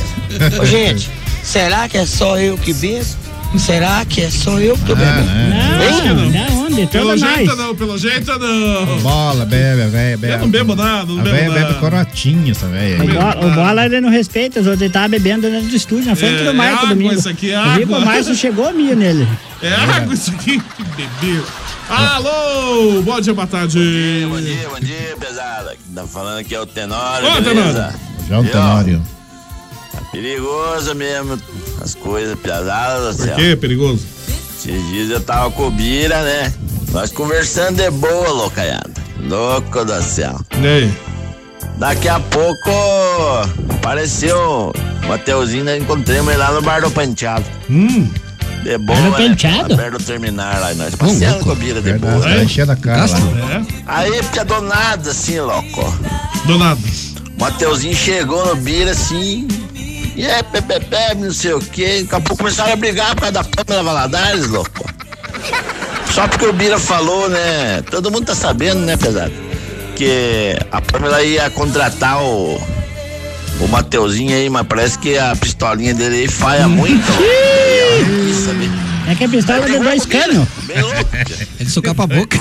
Ô, gente, será que é só eu que benço? Será que é só eu que tô bebendo?
Não,
não, onde?
Pelo
Toda
jeito
mais.
não, pelo jeito não.
Bola, bebe, a véia, bebe.
Eu não bebo nada, não
a
bebo
véia
nada.
bebe corotinha essa véia.
O,
aí.
Bo- o Bola ele não respeita, os outros ele tava bebendo dentro do estúdio, na frente
É,
do Marco
é água
domingo.
isso aqui, é
Eu vi que
água.
o Márcio chegou a mim nele.
É água isso aqui que bebeu. Alô, bom dia, boa tarde. Bom dia, bom dia.
Tá falando que é o Tenório,
Ô,
beleza?
Tenório.
Já o
Viu?
Tenório.
Tá perigoso mesmo. As coisas pesadas,
Por quê? Perigoso?
Esses dias eu tava com o Bira, né? Nós conversando de boa, loucaiada. Louco do céu. Daqui a pouco apareceu o Mateuzinho, nós encontramos ele lá no bar do Panteado. De boa.
Era
né?
tanteado?
Lá Perto do terminar lá, e nós passeando com a bira de boa.
Tá
né?
enchendo a cara lá.
Aí fica do nada, assim, louco.
Do nada.
O Mateuzinho chegou no Bira assim. E é, pepepe, não sei o quê. Daqui a pouco começaram a brigar por causa da Pâmela Valadares, louco. Só porque o Bira falou, né? Todo mundo tá sabendo, né, pesado? Que a Pâmela ia contratar o. O Mateuzinho aí, mas parece que a pistolinha dele aí falha muito. E ela não quis saber.
É que a pistola de
um
dois canos.
Bem louco.
É de socar pra boca.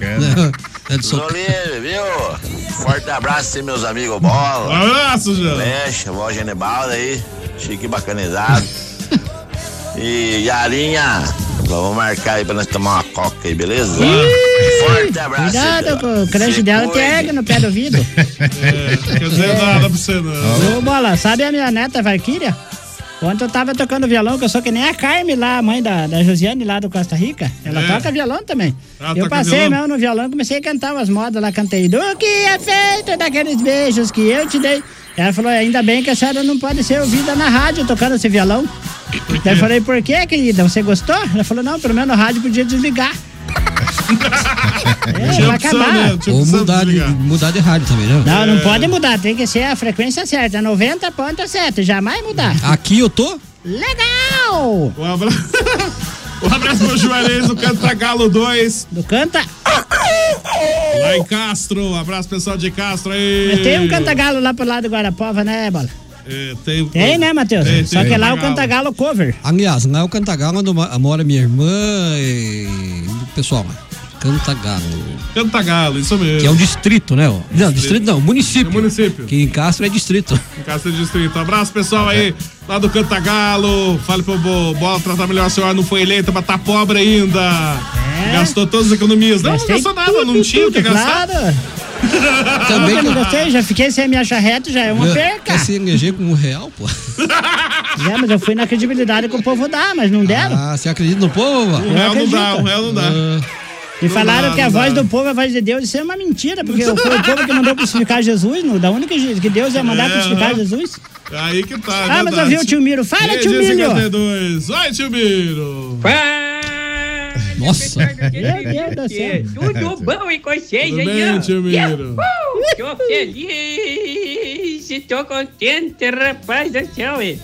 É de viu? Forte abraço aí, meus amigos Bola.
Um Abraço, Jean.
Flecha, vó Genebalda aí. Chique bacanizado. e Yarinha, vamos marcar aí pra nós tomar uma coca aí, beleza? um Forte abraço.
Cuidado, pô, o crush dela tem egg no pé do vidro.
É, quer dizer nada pra você, não.
Ô, bola, sabe a minha neta Valkyria? Ontem eu tava tocando violão, que eu sou que nem a Carme lá, a mãe da, da Josiane lá do Costa Rica. Ela
É.
toca violão também.
Ah,
eu
tá
toca
passei
violão?
mesmo no violão, comecei a cantar umas modas lá, cantei do que é feito daqueles beijos que eu te dei. Ela falou, "É, ainda bem que a senhora não pode ser ouvida na rádio tocando esse violão. Daí eu falei, por quê, querida? Você gostou? Ela falou, não, pelo menos a rádio podia desligar. É, vai acabar.
Ou mudar de, mudar de rádio também, né?
Não, não pode mudar, tem que ser a frequência certa, 90.7, jamais mudar.
Aqui eu tô?
Legal!
Um abraço. Um abraço pro Juarez do Canta Galo 2.
Do Canta?
Lá em Castro. Um abraço pessoal de Castro aí.
Mas tem um cantagalo lá pro lado do Guarapova, né, Bola?
É, tem,
Tem, né, Matheus?
Tem,
Só
tem.
que lá o Cantagalo cover.
Aliás, lá é o Cantagalo onde ma- mora minha irmã e. Pessoal, lá. Cantagalo.
Cantagalo, isso mesmo.
Que é um distrito, né? ó? Não, distrito não, município.
É município.
Que em Castro é distrito.
Em Castro Distrito. Abraço, pessoal aí, lá do Cantagalo. Fale pro Bo- Bola tratar melhor a senhora, não foi eleita, mas tá pobre ainda. Gastou todas as economias. Não, não
É? Gastei
gastou nada, não
tudo,
tinha o que
tudo,
gastar.
claro. Também não gostei, já fiquei sem me achar reto, já é uma perca.
Quer se eleger com um real, pô?
Já, mas eu fui na credibilidade que o povo dá, mas não deram.
Ah, você acredita no povo, Ah. vó?
Um real não dá, um
real não dá.
E falaram
dá,
que a
não
voz
dá.
do povo é a voz de Deus, isso é uma mentira, porque foi o povo que mandou crucificar Jesus, não, da única je- que Deus ia mandar
É,
né?
crucificar
aham.
Jesus.
Aí que tá.
Ah, mas eu vi o tio Miro. Fala, tio Miro.
52. Vai, tio Miro.
Nossa.
é
Tudo bom e com
tá
vocês,
Tudo
hein?
bem,
ó?
tio Miro?
Uhul, Tô feliz e tô contente, rapaz do céu, hein?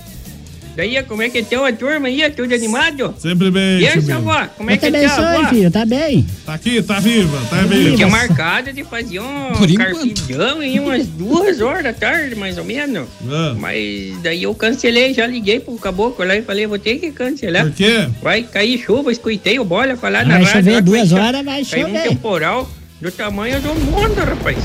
Daí, como é que tem a turma aí? Tudo animado?
Sempre bem,
E aí,
tio
sua
Miro.
avó? Como é
eu
que
também
tá,
sou,
avó?
filho, tá bem.
Tá aqui, tá viva, tá viva.
Tinha é marcado de fazer um
Por enquanto.
carpidão em umas duas horas da tarde, mais ou menos.
Ah.
Mas daí eu cancelei, já liguei pro caboclo lá e falei, vou ter que cancelar.
Por quê?
Vai cair chuva, escutei o bola falar na
Vai
rádio.
chover
lá que
duas
caiu-
horas, vai
caiu
chover.
um temporal do tamanho do mundo, rapaz.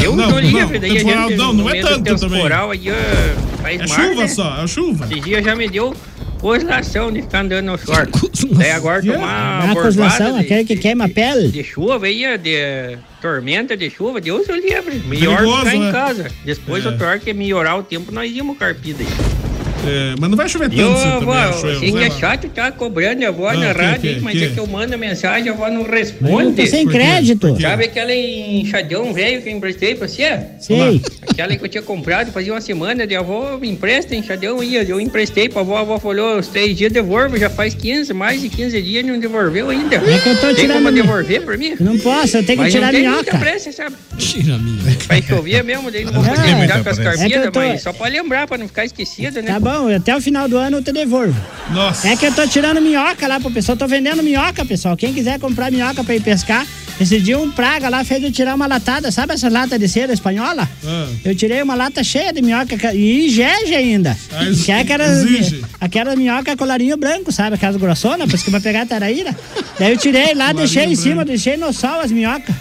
É,
eu
não,
tô livre,
não,
daí a
temporal
gente
não, não é
meio do
tanto também.
temporal aí, ó, faz
É
mar,
chuva
né?
só, é chuva.
Esses dias já me deu congelação de ficar andando no short. daí agora tomar
Ah, a
uma
congelação,
bordoada de-
aquele que queima a pele.
de chuva aí, de tormenta de chuva, Deus o livre. Melhor
Perigoso,
ficar
né?
em casa. Depois
É.
o pior que melhorar o tempo, nós íamos carpida aí.
É, mas não vai chover tanto,
Eu,
assim também,
vó,
acho eu,
sei que
sei
é
lá.
chato, tá cobrando a avó
Ah,
na
que,
rádio,
que,
hein, mas
que?
é que eu mando a mensagem, a avó não
Eu
responde.
tô sem Por quê? crédito. Por quê?
Sabe aquele enxadão velho que eu emprestei pra você?
Sei.
Aquela que eu tinha comprado fazia uma semana, daí a avó me empresta enxadão aí, eu emprestei pra avó, a avó falou, os três dias devolvo, já faz 15, mais de 15 dias e não devolveu ainda.
É que eu tô
Tem
tirando
como
minha-
devolver pra mim?
Eu Não posso, eu tenho que
Mas
tirar
não
a
tem
minhoca.
muita pressa, sabe?
Tira a minha. Ah,
Vai chover mesmo, daí não vou
Não,
poder
é
cuidar
que
com as
eu tô-
carpidas,
é que eu tô-
mas só pra lembrar, pra não ficar esquecido, né?
Tá bom, até o final do ano eu te devolvo.
Nossa.
É que eu tô tirando minhoca lá pro pessoal, tô vendendo minhoca, pessoal. Quem quiser comprar minhoca pra ir pescar, esse dia um praga lá fez eu tirar uma latada, sabe essa lata de cera espanhola?
Ah.
Eu tirei uma lata cheia de minhoca ca- e gege ainda.
Ah,
E que é aquelas,
exige.
aquelas minhoca colarinho branco, sabe? Aquelas grossonas, parece que vai pegar taraíra. Daí eu tirei lá, deixei em cima, deixei no sol as minhocas.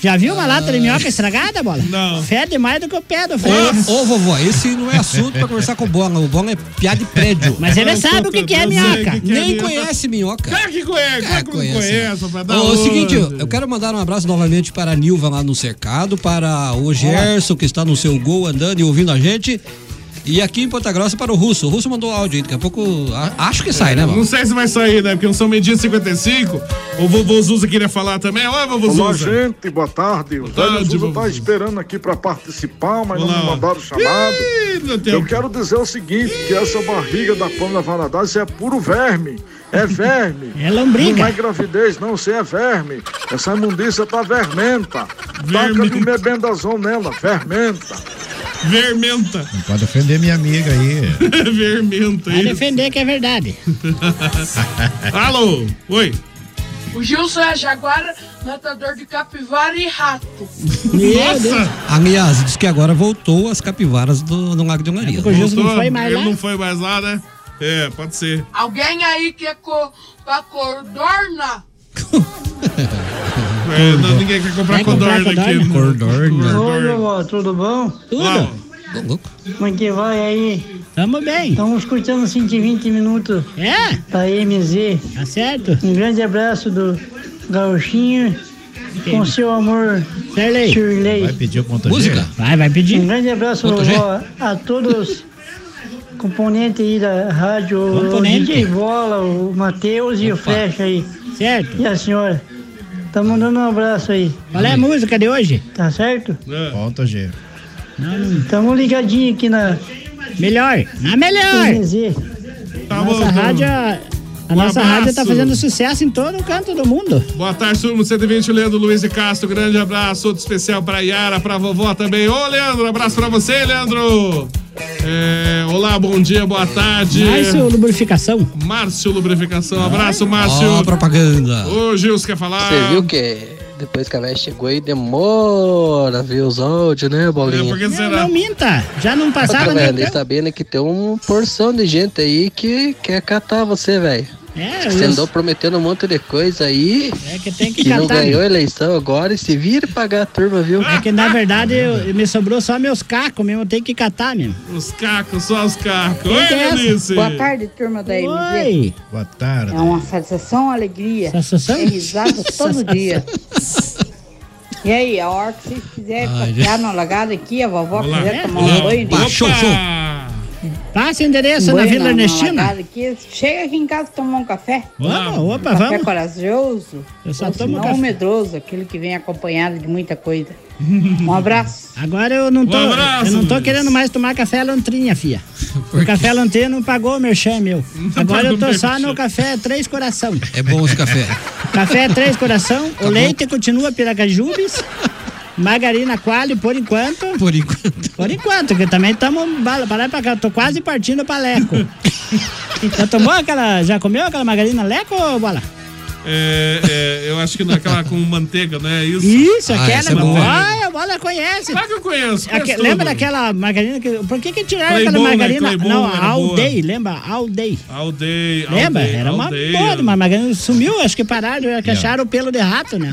Já viu uma lata
Ah.
de minhoca estragada, bola? Não. Fede mais do que o pé do freio.
Ô, ô, vovó, esse não é assunto pra conversar com o Bola. O Bola é piada de prédio.
Mas ele sabe o que que é
Eu sei
minhoca.
o que que é Nem minhoca. conhece minhoca. É,
Claro é que conhece, claro que conhece.
conhece. né?
rapaz,
Ô,
da
é o seguinte,
onde?
eu quero mandar um abraço novamente para a Nilva lá no cercado, para o Gerson que está no seu gol andando e ouvindo a gente. E aqui em Ponta Grossa para o Russo. O Russo mandou áudio aí, daqui a pouco. a- Acho que sai, né, Val?
É, Não sei se vai sair, né? Porque não são medidas 55. O vovô Zuza queria falar também. Olha, vovô
Olá,
Zuza.
gente, boa tarde. O Zélio
tarde,
Zuza
vovô.
tá esperando aqui para participar, mas não
Olá.
me mandaram chamado.
tem-
Eu quero dizer o seguinte, que essa barriga da Pamela Valadares é puro verme. É verme. É
lombriga.
Não é gravidez, não, você é verme. Essa imundícia tá vermenta. Taca de mebendazão nela, vermenta.
Vermenta.
Não pode ofender minha amiga aí.
Vermenta
Vai defender que é verdade.
Alô? Oi.
O Gilson é jaguara, matador de capivara e rato.
Aliás, diz que agora voltou as capivaras do, do Lago de Olaria.
Voltou? Ele não foi mais lá, né? É, pode ser.
Alguém aí quer co pra codorna?
É, não, ninguém quer comprar
Vai
codorna,
comprar
aqui. né?
Codorna. Oi,
Codorna.
meu amor, tudo bom?
Uau.
Como é que vai aí? Tamo bem. Estamos escutando 120 minutos. É? Da MZ. Tá certo. Um grande abraço do Gauchinho com seu amor, é? Shirley.
Vai pedir o conta dele?
Vai, vai pedir. Um grande abraço
Conta G.
vovó, a todos componentes aí da rádio,
Componente.
o DJ Bola, o Matheus e o
Opa.
Flecha aí.
Certo.
E a senhora. Tá mandando um abraço aí.
Qual é a música de hoje?
Tá certo?
É.
Conta, G.
Tamo ligadinho aqui na. Melhor!
na melhor.
Tá
nossa
bom, tá bom.
rádio, a
Um
nossa rádio tá
abraço.
fazendo sucesso em todo canto do mundo.
Boa tarde, turma 120, Leandro Luiz de Castro. Grande abraço, outro especial pra Yara, pra vovó também. Ô, Leandro, um abraço pra você, Leandro. É, olá, bom dia, boa tarde.
Márcio Lubrificação.
Márcio Lubrificação, um abraço, Márcio.
Ó, propaganda.
Ô, Gils, quer falar?
Você viu que depois que a véia chegou aí, demora a ver os áudios, né,
É,
Bolinha?
não, não minta, já não passava
Passava,
nem.
velho, nem sabendo que tem uma porção de gente aí que quer catar você, velho.
É,
Você
os-
andou prometendo um monte de coisa aí.
É que tem que
não
catar.
ganhou a eleição agora e se vira pagar a turma, viu?
É que na verdade eu- me sobrou só meus cacos mesmo, eu tenho que catar mesmo.
Os cacos, só os cacos.
Quem
Oi,
que é essa?
Denise.
Boa
tarde, turma da MZ.
Oi.
Boa tarde.
É uma satisfação, uma alegria.
Satisfação?
É risada todo dia. E aí, a hora que vocês quiserem
Ai,
passear
gente.
na alagada aqui, a vovó
Olá.
quiser
É?
tomar um
Olá.
banho.
Opa, show, show. Passa o endereço na Vila Ernestina.
alagada aqui, chega aqui em casa tomar um café.
Vamos,
Um
opa,
café
vamos.
corajoso.
Eu só
ou
tomo
senão
café.
um medroso, aquele que vem acompanhado de muita coisa. Um abraço.
Agora eu não tô,
Um abraço,
eu não tô
Luiz.
querendo mais tomar café lontrinha, fia. O café lontrinha não pagou o merchan, meu. Agora eu tô
pagou o
só
merchan.
no café Três Coração.
É bom esse café.
Café Três Coração,
Tá
o leite continua Piracajubes, margarina Quali por enquanto.
Por enquanto.
Por enquanto, que também estamos para lá e pra cá, eu tô quase partindo pra Leco. já tomou aquela, já comeu aquela margarina Leco, ô Bola?
É, é, eu acho que naquela com manteiga, né? Isso,
Isso,
Ah,
aquela,
é
aquela, Olha, a Bola conhece.
Claro que eu conheço,
Aque-
conheço tudo.
lembra daquela margarina que, por que que tiraram
Playboy,
aquela
né?
margarina?
Playboy
Não,
era
a All
boa.
Day, lembra? All Day.
Aldei,
Lembra?
aldei,
Era uma
aldei.
boa, uma margarina sumiu, acho que pararam, acho que acharam o pelo de rato, né?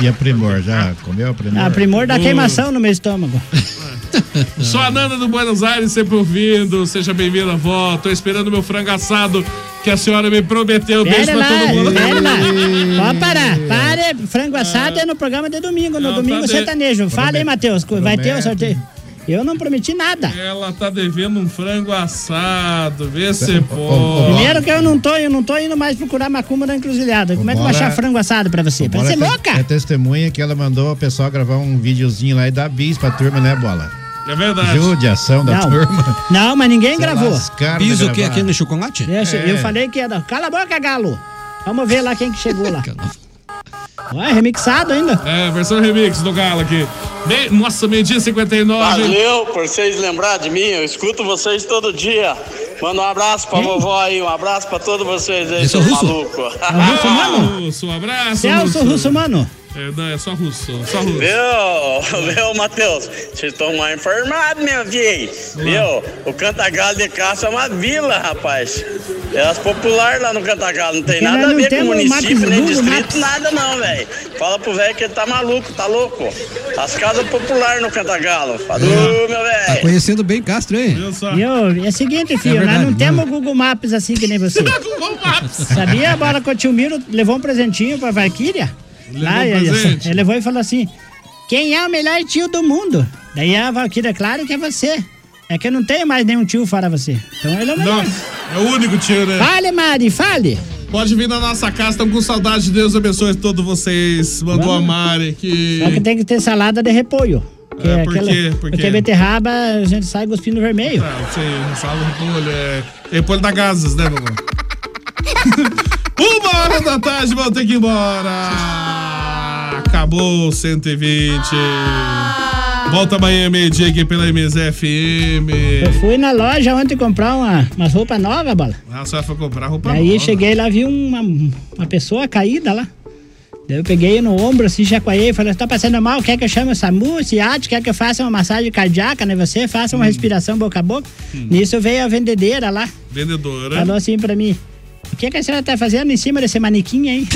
E a Primor, já comeu a Primor?
A Ah, primor da
Hum.
Boa.
queimação no meu estômago.
Hum. Sou a Nanda do Buenos Aires, sempre ouvindo. Seja bem-vinda, vó. Tô esperando meu frango assado que a senhora me prometeu. Beijo
Pera
pra
lá,
todo mundo.
pera lá.
Hum.
Pode parar, pare. Frango assado é no programa de domingo, no domingo
tá de-
sertanejo. Fala aí, Matheus, co- vai ter o
Prometo.
sorteio. Eu não prometi nada.
Ela tá devendo um frango assado. Vê se
Primeiro
pode.
que eu não tô, eu não tô indo mais procurar macumba na encruzilhada. Como é que eu vou
Bora.
achar frango assado pra você? Pra
Bola é
ser
te-
louca?
É testemunha que ela mandou o pessoal gravar um videozinho lá e dar bis pra turma, né, Bola?
É verdade.
Judiação da
Não.
turma.
Não, mas ninguém
Se
gravou.
lascaram de Piso o quê? gravar. Aquele
chocolate?
Deixa,
É.
Eu falei que era. Cala a boca, galo. Vamos ver lá quem que chegou lá. Ué, remixado ainda.
É, versão remix do Galo aqui. Bem, nossa, meio-dia 59.
Valeu por vocês lembrar de mim, eu escuto vocês todo dia. Manda um abraço pra vovó aí, um abraço pra todos vocês aí,
Esse
seu
é o Russo?
maluco.
Mano. Russo, um abraço.
Celso Russo, mano.
É, não, é só russo, só russo.
Viu, viu, Matheus? Vocês estão mal informados, meu filho. Viu? O Cantagalo de Castro é uma vila, rapaz. É as populares lá no Cantagalo, não tem
Porque nós
nada a
não
ver com
temos
município,
Matos
nem
Nulo,
distrito,
Matos.
nada não, velho. Fala pro velho que ele tá maluco, tá louco. As casas populares no Cantagalo. Falou, meu velho.
Tá conhecendo bem Castro, hein?
E ô, é o seguinte, filho,
verdade,
nós não temos o Google Maps assim que nem você.
tá
Sabia? Agora que o tio Miro levou um presentinho pra Valkyria.
Levou
Lá,
um
ele,
presente.
ele levou e falou assim: Quem é o melhor tio do mundo? Daí a Valkyria, claro que é você. É que eu não tenho mais nenhum tio para você. Então ele é o melhor.
É o único tio, né?
Fale, Mari, fale.
Pode vir na nossa casa, estamos com saudade. Deus abençoe todos vocês. Mandou a Mari aqui.
Só que tem que ter salada de repolho. Que
É, por quê? Por
porque
quê?
beterraba a gente sai cuspindo vermelho.
Ah, não sei, não sabe o repolho. É repolho da Gazas, né, Lulu? Uma hora da tarde, vão ter que ir embora. Acabou o 120. Volta amanhã, meio-dia aqui pela
Eu
MSFM.
fui na loja ontem comprar uma, umas roupas novas, bola.
Ah, só foi comprar roupa
Aí
nova.
cheguei lá, vi uma, uma pessoa caída lá. Daí eu peguei no ombro, assim, chacoalhei, falei, tá passando mal, quer que eu chame o SAMU, SIAT, quer que eu faça uma massagem cardíaca, né? Você faça uma respiração boca a boca. Nisso veio a vendedeira lá,
Vendedora.
falou assim pra mim, o que, que a senhora tá fazendo em cima desse manequim aí?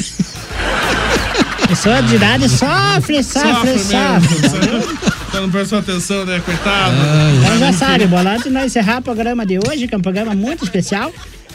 Pessoa de idade sofre, sofre, sofre.
mesmo. Tá não prestou atenção, né? Coitado.
Então já sabe, bola, antes de nós encerrar o programa de hoje, que é um programa muito especial,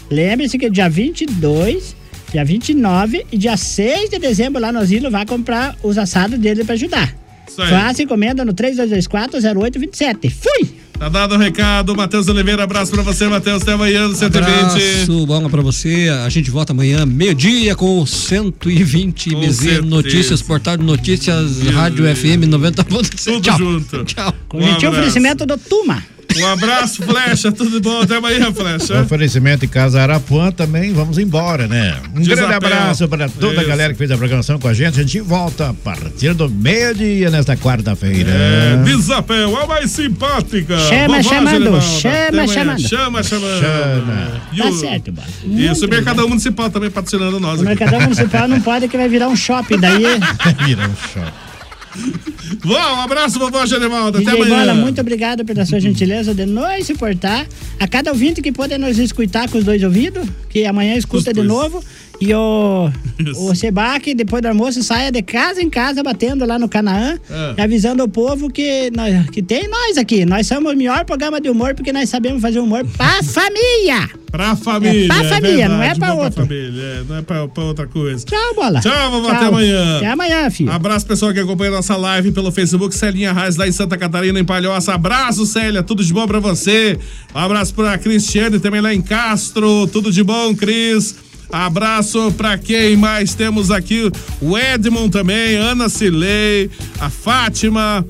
lembre-se que dia 22, dia 29 e dia 6 de dezembro lá no Asilo vai comprar os assados dele pra ajudar.
Isso aí.
Faça encomenda no 3224-0827. Fui!
Tá dado o recado. Matheus Oliveira, abraço pra você, Matheus. Até amanhã no 120.
Abraço, bola pra você. A gente volta amanhã, meio-dia, com o 120
Com
MZ
certeza.
Notícias, portal de notícias, rádio FM 90.7.
Tudo
Tchau.
junto.
Tchau.
Um
Tinha
abraço.
oferecimento do Tuma.
Um abraço, Flecha. Tudo bom? Até amanhã, Flecha.
Oferecimento em casa Arapuã também, vamos embora, né? Um
Desapego.
grande abraço para toda a
Isso.
galera que fez a programação com a gente. A gente volta a partir do meio-dia nesta quarta-feira.
É, Desapel, a mais é simpática.
Chama
Bobagem,
chamando,
Levalda.
chama
Até amanhã.
chamando.
Chama chamando.
Chama.
E
Tá
o-
certo, Bola.
Isso, o Mercadão Municipal também patrocinando nós.
O Mercadão Municipal não pode que vai virar um shopping, daí...
Vira um shopping.
Vó, um abraço, vovó Genevalda. Até
DJ
amanhã.
Bola, muito obrigado pela sua gentileza de nos suportar. A cada ouvinte que pode nos escutar com os dois ouvidos, que amanhã escuta de novo. E o, o Sebac, depois do almoço, saia de casa em casa, batendo lá no Canaã,
Ah.
É.
e avisando o povo que, nós, que tem nós aqui. Nós somos o melhor programa de humor, porque nós sabemos fazer humor pra família.
Pra família.
É pra
é
família, não é
verdade,
pra
bom
outra.
família, é, não é pra, pra outra coisa.
Tchau, bola.
Tchau, vovó, até
Tchau.
amanhã.
Até amanhã, filho.
Abraço, pessoal que acompanha nossa live pelo Facebook, Celinha Raiz, lá em Santa Catarina, em Palhoça. Abraço, Célia, tudo de bom pra você. Um Abraço pra Cristiane, também lá em Castro. Tudo de bom, Cris. Abraço pra quem mais temos aqui? O Edmond também, Ana Cilei, a Fátima.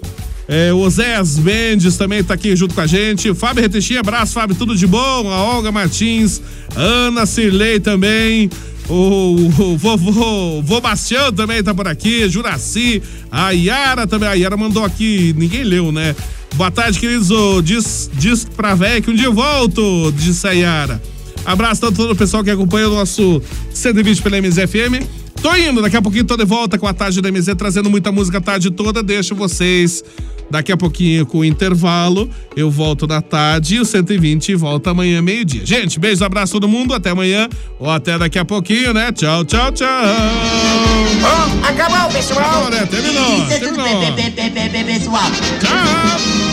É, o Zéas Mendes também tá aqui junto com a gente. Fábio Retechim, abraço, Fábio, tudo de bom. A Olga Martins, Ana Cirlei também. O, o vovô, vô Bastião também tá por aqui. Juraci, a Yara também. A Yara mandou aqui, ninguém leu, né? Boa tarde, queridos. Ô, Diz, diz pra véia que um dia eu volto, disse a Yara. Abraço a todo o pessoal que acompanha o nosso 120 pela MZFM. Tô indo, daqui a pouquinho tô de volta com a tarde da MZ, trazendo muita música a tarde toda. Deixo vocês daqui a pouquinho com o intervalo. Eu volto na tarde e o 120 volta amanhã, meio-dia. Gente, beijo, abraço a todo mundo. Até amanhã ou até daqui a pouquinho, né? Tchau, tchau, tchau.
Acabou, pessoal.
Acabou, né? Terminou,
Isso é tudo,
terminou.
pe- pe- pe- pe- pe- pessoal.
Tchau.